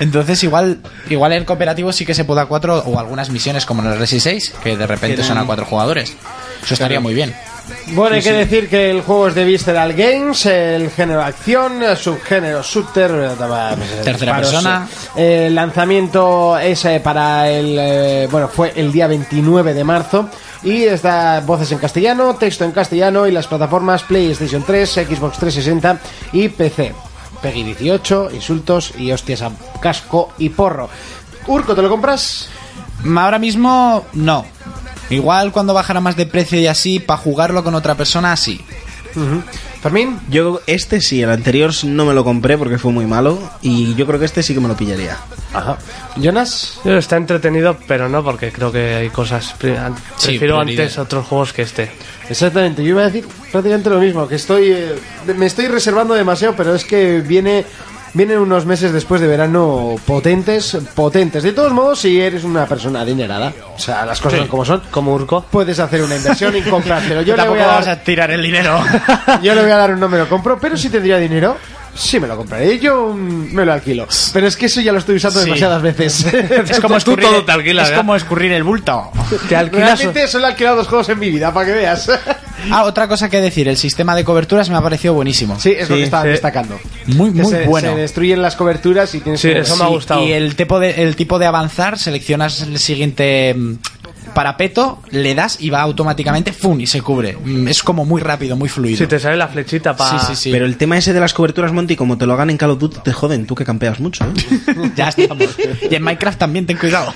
Speaker 5: Entonces, igual igual en cooperativo sí que se pueda cuatro o algunas misiones como en el Resi 6, que de repente son a cuatro jugadores. Eso estaría muy bien.
Speaker 3: Bueno, hay que decir que el juego es de Visceral Games, el género acción, eh, subgénero shooter, eh, eh,
Speaker 5: Tercera
Speaker 3: disparos,
Speaker 5: persona.
Speaker 3: eh. El lanzamiento es eh, para el, eh, bueno, fue el día 29 de marzo y está voces en castellano, texto en castellano y las plataformas PlayStation 3, Xbox 360 y PC. Peggy 18, insultos y hostias a casco y porro. Urco, ¿te lo compras?
Speaker 5: Ahora mismo, no. Igual cuando bajara más de precio y así, para jugarlo con otra persona, sí.
Speaker 3: Fermín.
Speaker 7: Yo este sí, el anterior no me lo compré porque fue muy malo y yo creo que este sí que me lo pillaría.
Speaker 3: Ajá. Jonas.
Speaker 6: Yo, Está entretenido, pero no porque creo que hay cosas. pri- an-
Speaker 5: Sí,
Speaker 6: Prefiero
Speaker 5: prioridad.
Speaker 6: antes otros juegos que este.
Speaker 3: Exactamente, yo iba a decir prácticamente lo mismo, que estoy eh, de- me estoy reservando demasiado, pero es que viene vienen unos meses después de verano potentes, potentes. De todos modos, si eres una persona adinerada, o sea, las cosas como son,
Speaker 6: Como Urco.
Speaker 3: puedes hacer una inversión y comprártelo. Yo le voy
Speaker 5: Tampoco
Speaker 3: a
Speaker 5: vamos
Speaker 3: dar,
Speaker 5: a tirar el dinero.
Speaker 3: yo le voy a dar un no me lo compro, pero si tendría dinero Sí, me lo compraré. Yo mm, me lo alquilo. Pero es que eso ya lo estoy usando
Speaker 5: Sí.
Speaker 3: demasiadas veces.
Speaker 5: es como
Speaker 6: Tú
Speaker 5: escurrir,
Speaker 6: todo te alquilas,
Speaker 5: es
Speaker 6: ¿verdad?
Speaker 5: como escurrir el bulto.
Speaker 6: Te alquilas.
Speaker 3: Realmente solo he alquilado dos juegos en mi vida, para que veas.
Speaker 5: Ah, otra cosa que decir, el sistema de coberturas me ha parecido buenísimo.
Speaker 3: Sí, es lo
Speaker 6: Sí,
Speaker 3: que estaban
Speaker 6: sí.
Speaker 3: destacando.
Speaker 5: Muy,
Speaker 3: Que
Speaker 5: muy
Speaker 3: se,
Speaker 5: bueno.
Speaker 3: se destruyen las coberturas y tienes
Speaker 6: Sí,
Speaker 3: que-
Speaker 6: eso me ha gustado.
Speaker 5: Y el tipo de, el tipo de avanzar, seleccionas el siguiente mm, parapeto, le das y va automáticamente, ¡fum! y se cubre. Mm, Es como muy rápido, muy fluido.
Speaker 6: Si te sale la flechita para...
Speaker 5: Sí, sí, sí.
Speaker 7: Pero el tema ese de las coberturas, Monty, como te lo hagan en Call of Duty, te joden, tú que campeas mucho. ¿eh?
Speaker 5: ya estamos. Y en Minecraft también, ten cuidado.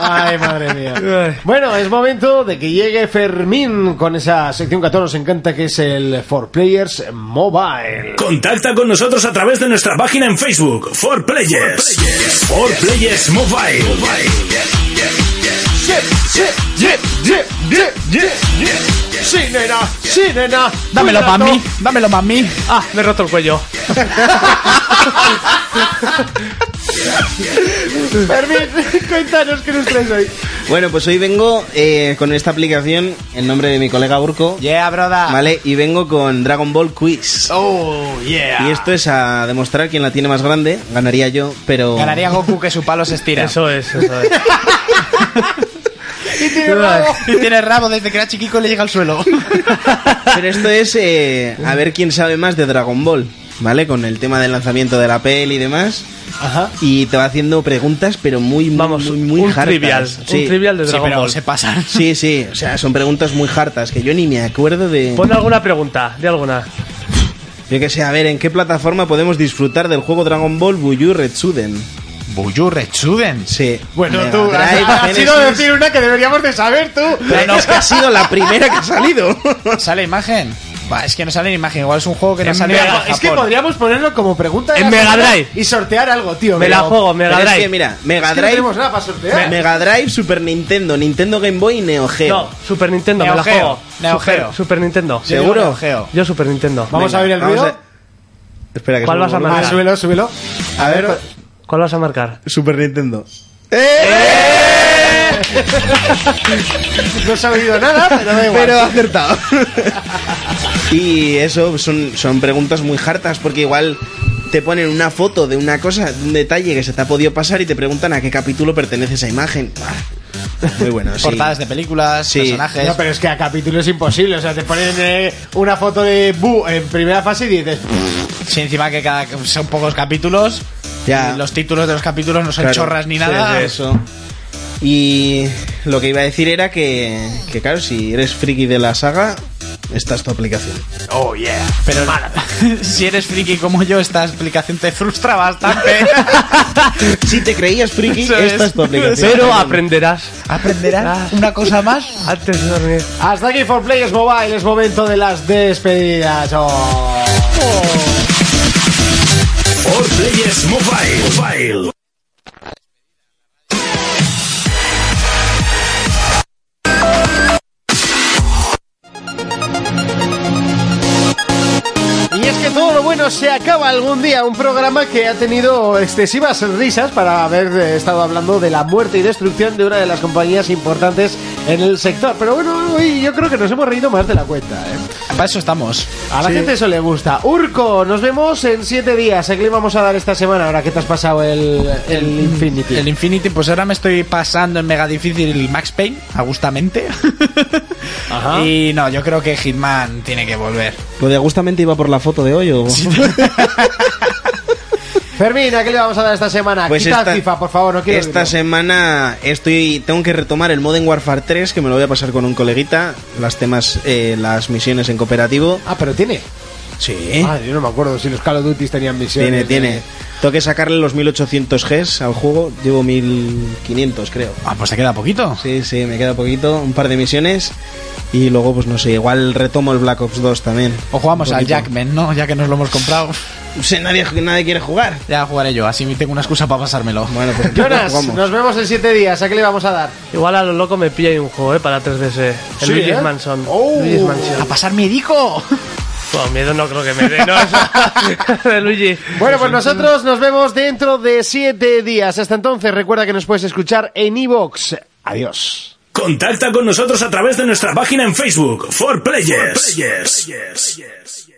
Speaker 3: Ay, madre mía. Bueno, es momento de que llegue Fermín con esa sección que a todos nos encanta, que es el For Players Mobile.
Speaker 2: Contacta con nosotros a través de nuestra página en Facebook, For Players. For Players, Mobile.
Speaker 3: Sí, nena, sí, nena.
Speaker 5: Dámelo
Speaker 3: Cuidado.
Speaker 5: para mí, dámelo para mí.
Speaker 6: Ah, me he roto el cuello.
Speaker 3: Fermín, cuéntanos qué nos traes hoy.
Speaker 7: Bueno, pues hoy vengo eh, con esta aplicación en nombre de mi colega Urco.
Speaker 5: Yeah, broda.
Speaker 7: ¿Vale? Y vengo con Dragon Ball Quiz.
Speaker 5: Oh, yeah.
Speaker 7: Y esto es a demostrar quién la tiene más grande. Ganaría yo, pero.
Speaker 5: Ganaría Goku que su palo se estira.
Speaker 6: Eso es, eso es.
Speaker 5: Y tiene rabo desde que era chiquico y le llega al suelo.
Speaker 7: Pero esto es eh, a ver quién sabe más de Dragon Ball, ¿vale? Con el tema del lanzamiento de la peli y demás.
Speaker 5: Ajá.
Speaker 7: Y te va haciendo preguntas, pero muy, muy,
Speaker 6: Vamos,
Speaker 7: muy, muy
Speaker 6: un
Speaker 7: hartas.
Speaker 6: trivial.
Speaker 7: Sí.
Speaker 6: Un trivial de
Speaker 5: Sí,
Speaker 6: Dragon
Speaker 5: pero
Speaker 6: Ball.
Speaker 5: se pasan.
Speaker 7: Sí, sí, o sea, son preguntas muy hartas que yo ni me acuerdo de.
Speaker 6: Pon alguna pregunta, di alguna.
Speaker 7: Yo que sé, a ver, ¿en qué plataforma podemos disfrutar del juego Dragon Ball Buyu Retsuden?
Speaker 5: Buyu Retsuden.
Speaker 7: Sí.
Speaker 3: Bueno,
Speaker 7: Mega
Speaker 3: tú has,
Speaker 7: Drive,
Speaker 3: has
Speaker 7: Genesis.
Speaker 3: ido a decir una que deberíamos de saber tú.
Speaker 7: Pero no, es que ha sido la primera que ha salido.
Speaker 5: ¿Sale imagen? Bah, es que no sale ni imagen. Igual es un juego que no
Speaker 6: En
Speaker 5: sale
Speaker 6: Mega-
Speaker 5: nada en
Speaker 3: Es que
Speaker 5: Japón.
Speaker 3: podríamos ponerlo como pregunta de
Speaker 6: En
Speaker 3: la
Speaker 6: Mega
Speaker 3: semana
Speaker 6: Drive.
Speaker 3: y sortear algo, tío.
Speaker 6: Me la
Speaker 3: pero-
Speaker 6: juego, Oh, Mega
Speaker 7: Pero es que,
Speaker 6: Drive.
Speaker 7: mira,
Speaker 3: Es
Speaker 7: Mega
Speaker 3: que no
Speaker 7: Drive,
Speaker 3: tenemos nada para sortear.
Speaker 7: Mega Drive, Super Nintendo, Nintendo Game Boy y Neo Geo.
Speaker 6: No, Super Nintendo,
Speaker 5: Neo
Speaker 6: me la
Speaker 5: Geo,
Speaker 6: juego.
Speaker 5: Neo
Speaker 6: Super,
Speaker 5: Geo.
Speaker 6: Super Nintendo.
Speaker 5: Yo digo
Speaker 7: ¿Seguro?
Speaker 5: Neo Geo.
Speaker 6: Yo Super Nintendo.
Speaker 3: Vamos
Speaker 7: Venga,
Speaker 3: a ver el
Speaker 7: vamos
Speaker 3: ruido.
Speaker 7: a- Espera, que
Speaker 6: ¿Cuál
Speaker 7: subo
Speaker 6: vas a
Speaker 7: el
Speaker 6: marcar?
Speaker 3: Ah,
Speaker 7: volumen.
Speaker 3: súbelo, súbelo.
Speaker 7: A ver,
Speaker 6: ¿Cuál vas a marcar?
Speaker 7: Super Nintendo.
Speaker 3: ¡Eh! No se ha oído nada, pero da igual.
Speaker 7: Pero acertado. y eso son, son preguntas muy hartas porque igual te ponen una foto de una cosa, de un detalle que se te ha podido pasar y te preguntan a qué capítulo pertenece esa imagen. Ah, Muy bueno, sí.
Speaker 5: Portadas de películas,
Speaker 7: Sí.
Speaker 5: personajes.
Speaker 3: No, pero es que a capítulo es imposible. O sea, te ponen eh, una foto de Bu en primera fase y dices,
Speaker 5: Sí, encima que cada que son pocos capítulos.
Speaker 7: Ya.
Speaker 5: y Los títulos de los capítulos no son
Speaker 7: Claro.
Speaker 5: chorras ni
Speaker 7: Sí,
Speaker 5: nada.
Speaker 7: sí, eso. Y lo que iba a decir era que, que, claro, si eres friki de la saga, esta es tu aplicación.
Speaker 5: Pero si eres friki como yo, esta explicación te frustra bastante.
Speaker 7: Si te creías friki,
Speaker 5: Eso
Speaker 7: esta
Speaker 5: es.
Speaker 7: es tu aplicación.
Speaker 6: Pero aprenderás
Speaker 5: ¿Aprenderás una cosa más?
Speaker 6: antes de dormir.
Speaker 3: hasta aquí for Players Mobile, es momento de las despedidas. Oh.
Speaker 2: For Players Mobile. Mobile.
Speaker 3: Y es que todo lo bueno se acaba algún día. Un programa que ha tenido excesivas risas para haber eh, estado hablando de la muerte y destrucción de una de las compañías importantes en el sector. Pero bueno, hoy yo creo que nos hemos reído más de la cuenta. ¿eh?
Speaker 5: Para eso estamos.
Speaker 3: A la gente eso le gusta. Urco, nos vemos en siete días. ¿A qué le vamos a dar esta semana ahora que te has pasado el, el Infinity?
Speaker 5: El Infinity, pues ahora me estoy pasando en mega difícil el Max Payne, agustamente. Y no, yo creo que Hitman tiene que volver.
Speaker 7: ¿Lo de Agustamente iba por la foto de hoy o...?
Speaker 3: Fermín, ¿a qué le vamos a dar esta semana?
Speaker 7: Pues
Speaker 3: Ah, Quita
Speaker 7: esta-
Speaker 3: el FIFA, por favor, no quiero
Speaker 7: Esta
Speaker 3: oírlo.
Speaker 7: semana estoy tengo que retomar el Modern Warfare 3, que me lo voy a pasar con un coleguita, las temas, eh, las misiones en cooperativo.
Speaker 3: Ah, pero tiene.
Speaker 7: Sí.
Speaker 3: Ah, yo no me acuerdo si los Call of Duty tenían misiones. eh.
Speaker 7: tiene,
Speaker 3: de-
Speaker 7: ¿Eh? tiene. Tengo que sacarle los 1800 Gs al juego, llevo 1500 creo.
Speaker 5: Ah, pues te queda poquito.
Speaker 7: Sí, sí, me queda poquito, un par de misiones y luego pues no sé, igual retomo el Black Ops 2 también.
Speaker 5: O jugamos
Speaker 7: Un
Speaker 5: al
Speaker 7: poquito.
Speaker 5: Jackman, ¿no? Ya que nos lo hemos comprado.
Speaker 7: No sé, nadie, nadie quiere jugar.
Speaker 5: Ya jugaré yo, así tengo una excusa para pasármelo.
Speaker 7: Bueno, pues entonces
Speaker 3: Jonas,
Speaker 7: jugamos.
Speaker 3: nos vemos en siete días. ¿A qué le vamos a dar?
Speaker 6: Igual a lo loco me pilla ahí un juego, eh, para 3DS. El
Speaker 3: Sí,
Speaker 6: Luigi's
Speaker 3: ¿eh?
Speaker 6: Mansion.
Speaker 3: Oh. pues
Speaker 6: Luigi's Mansion.
Speaker 5: ¡A pasar mi dico!
Speaker 6: Bueno, miedo no creo que me dé, ¿no? de Luigi.
Speaker 3: Bueno, pues nosotros nos vemos dentro de siete días. Hasta entonces, recuerda que nos puedes escuchar en iVoox. Adiós.
Speaker 2: Contacta con nosotros a través de nuestra página en Facebook, For Players. For Players.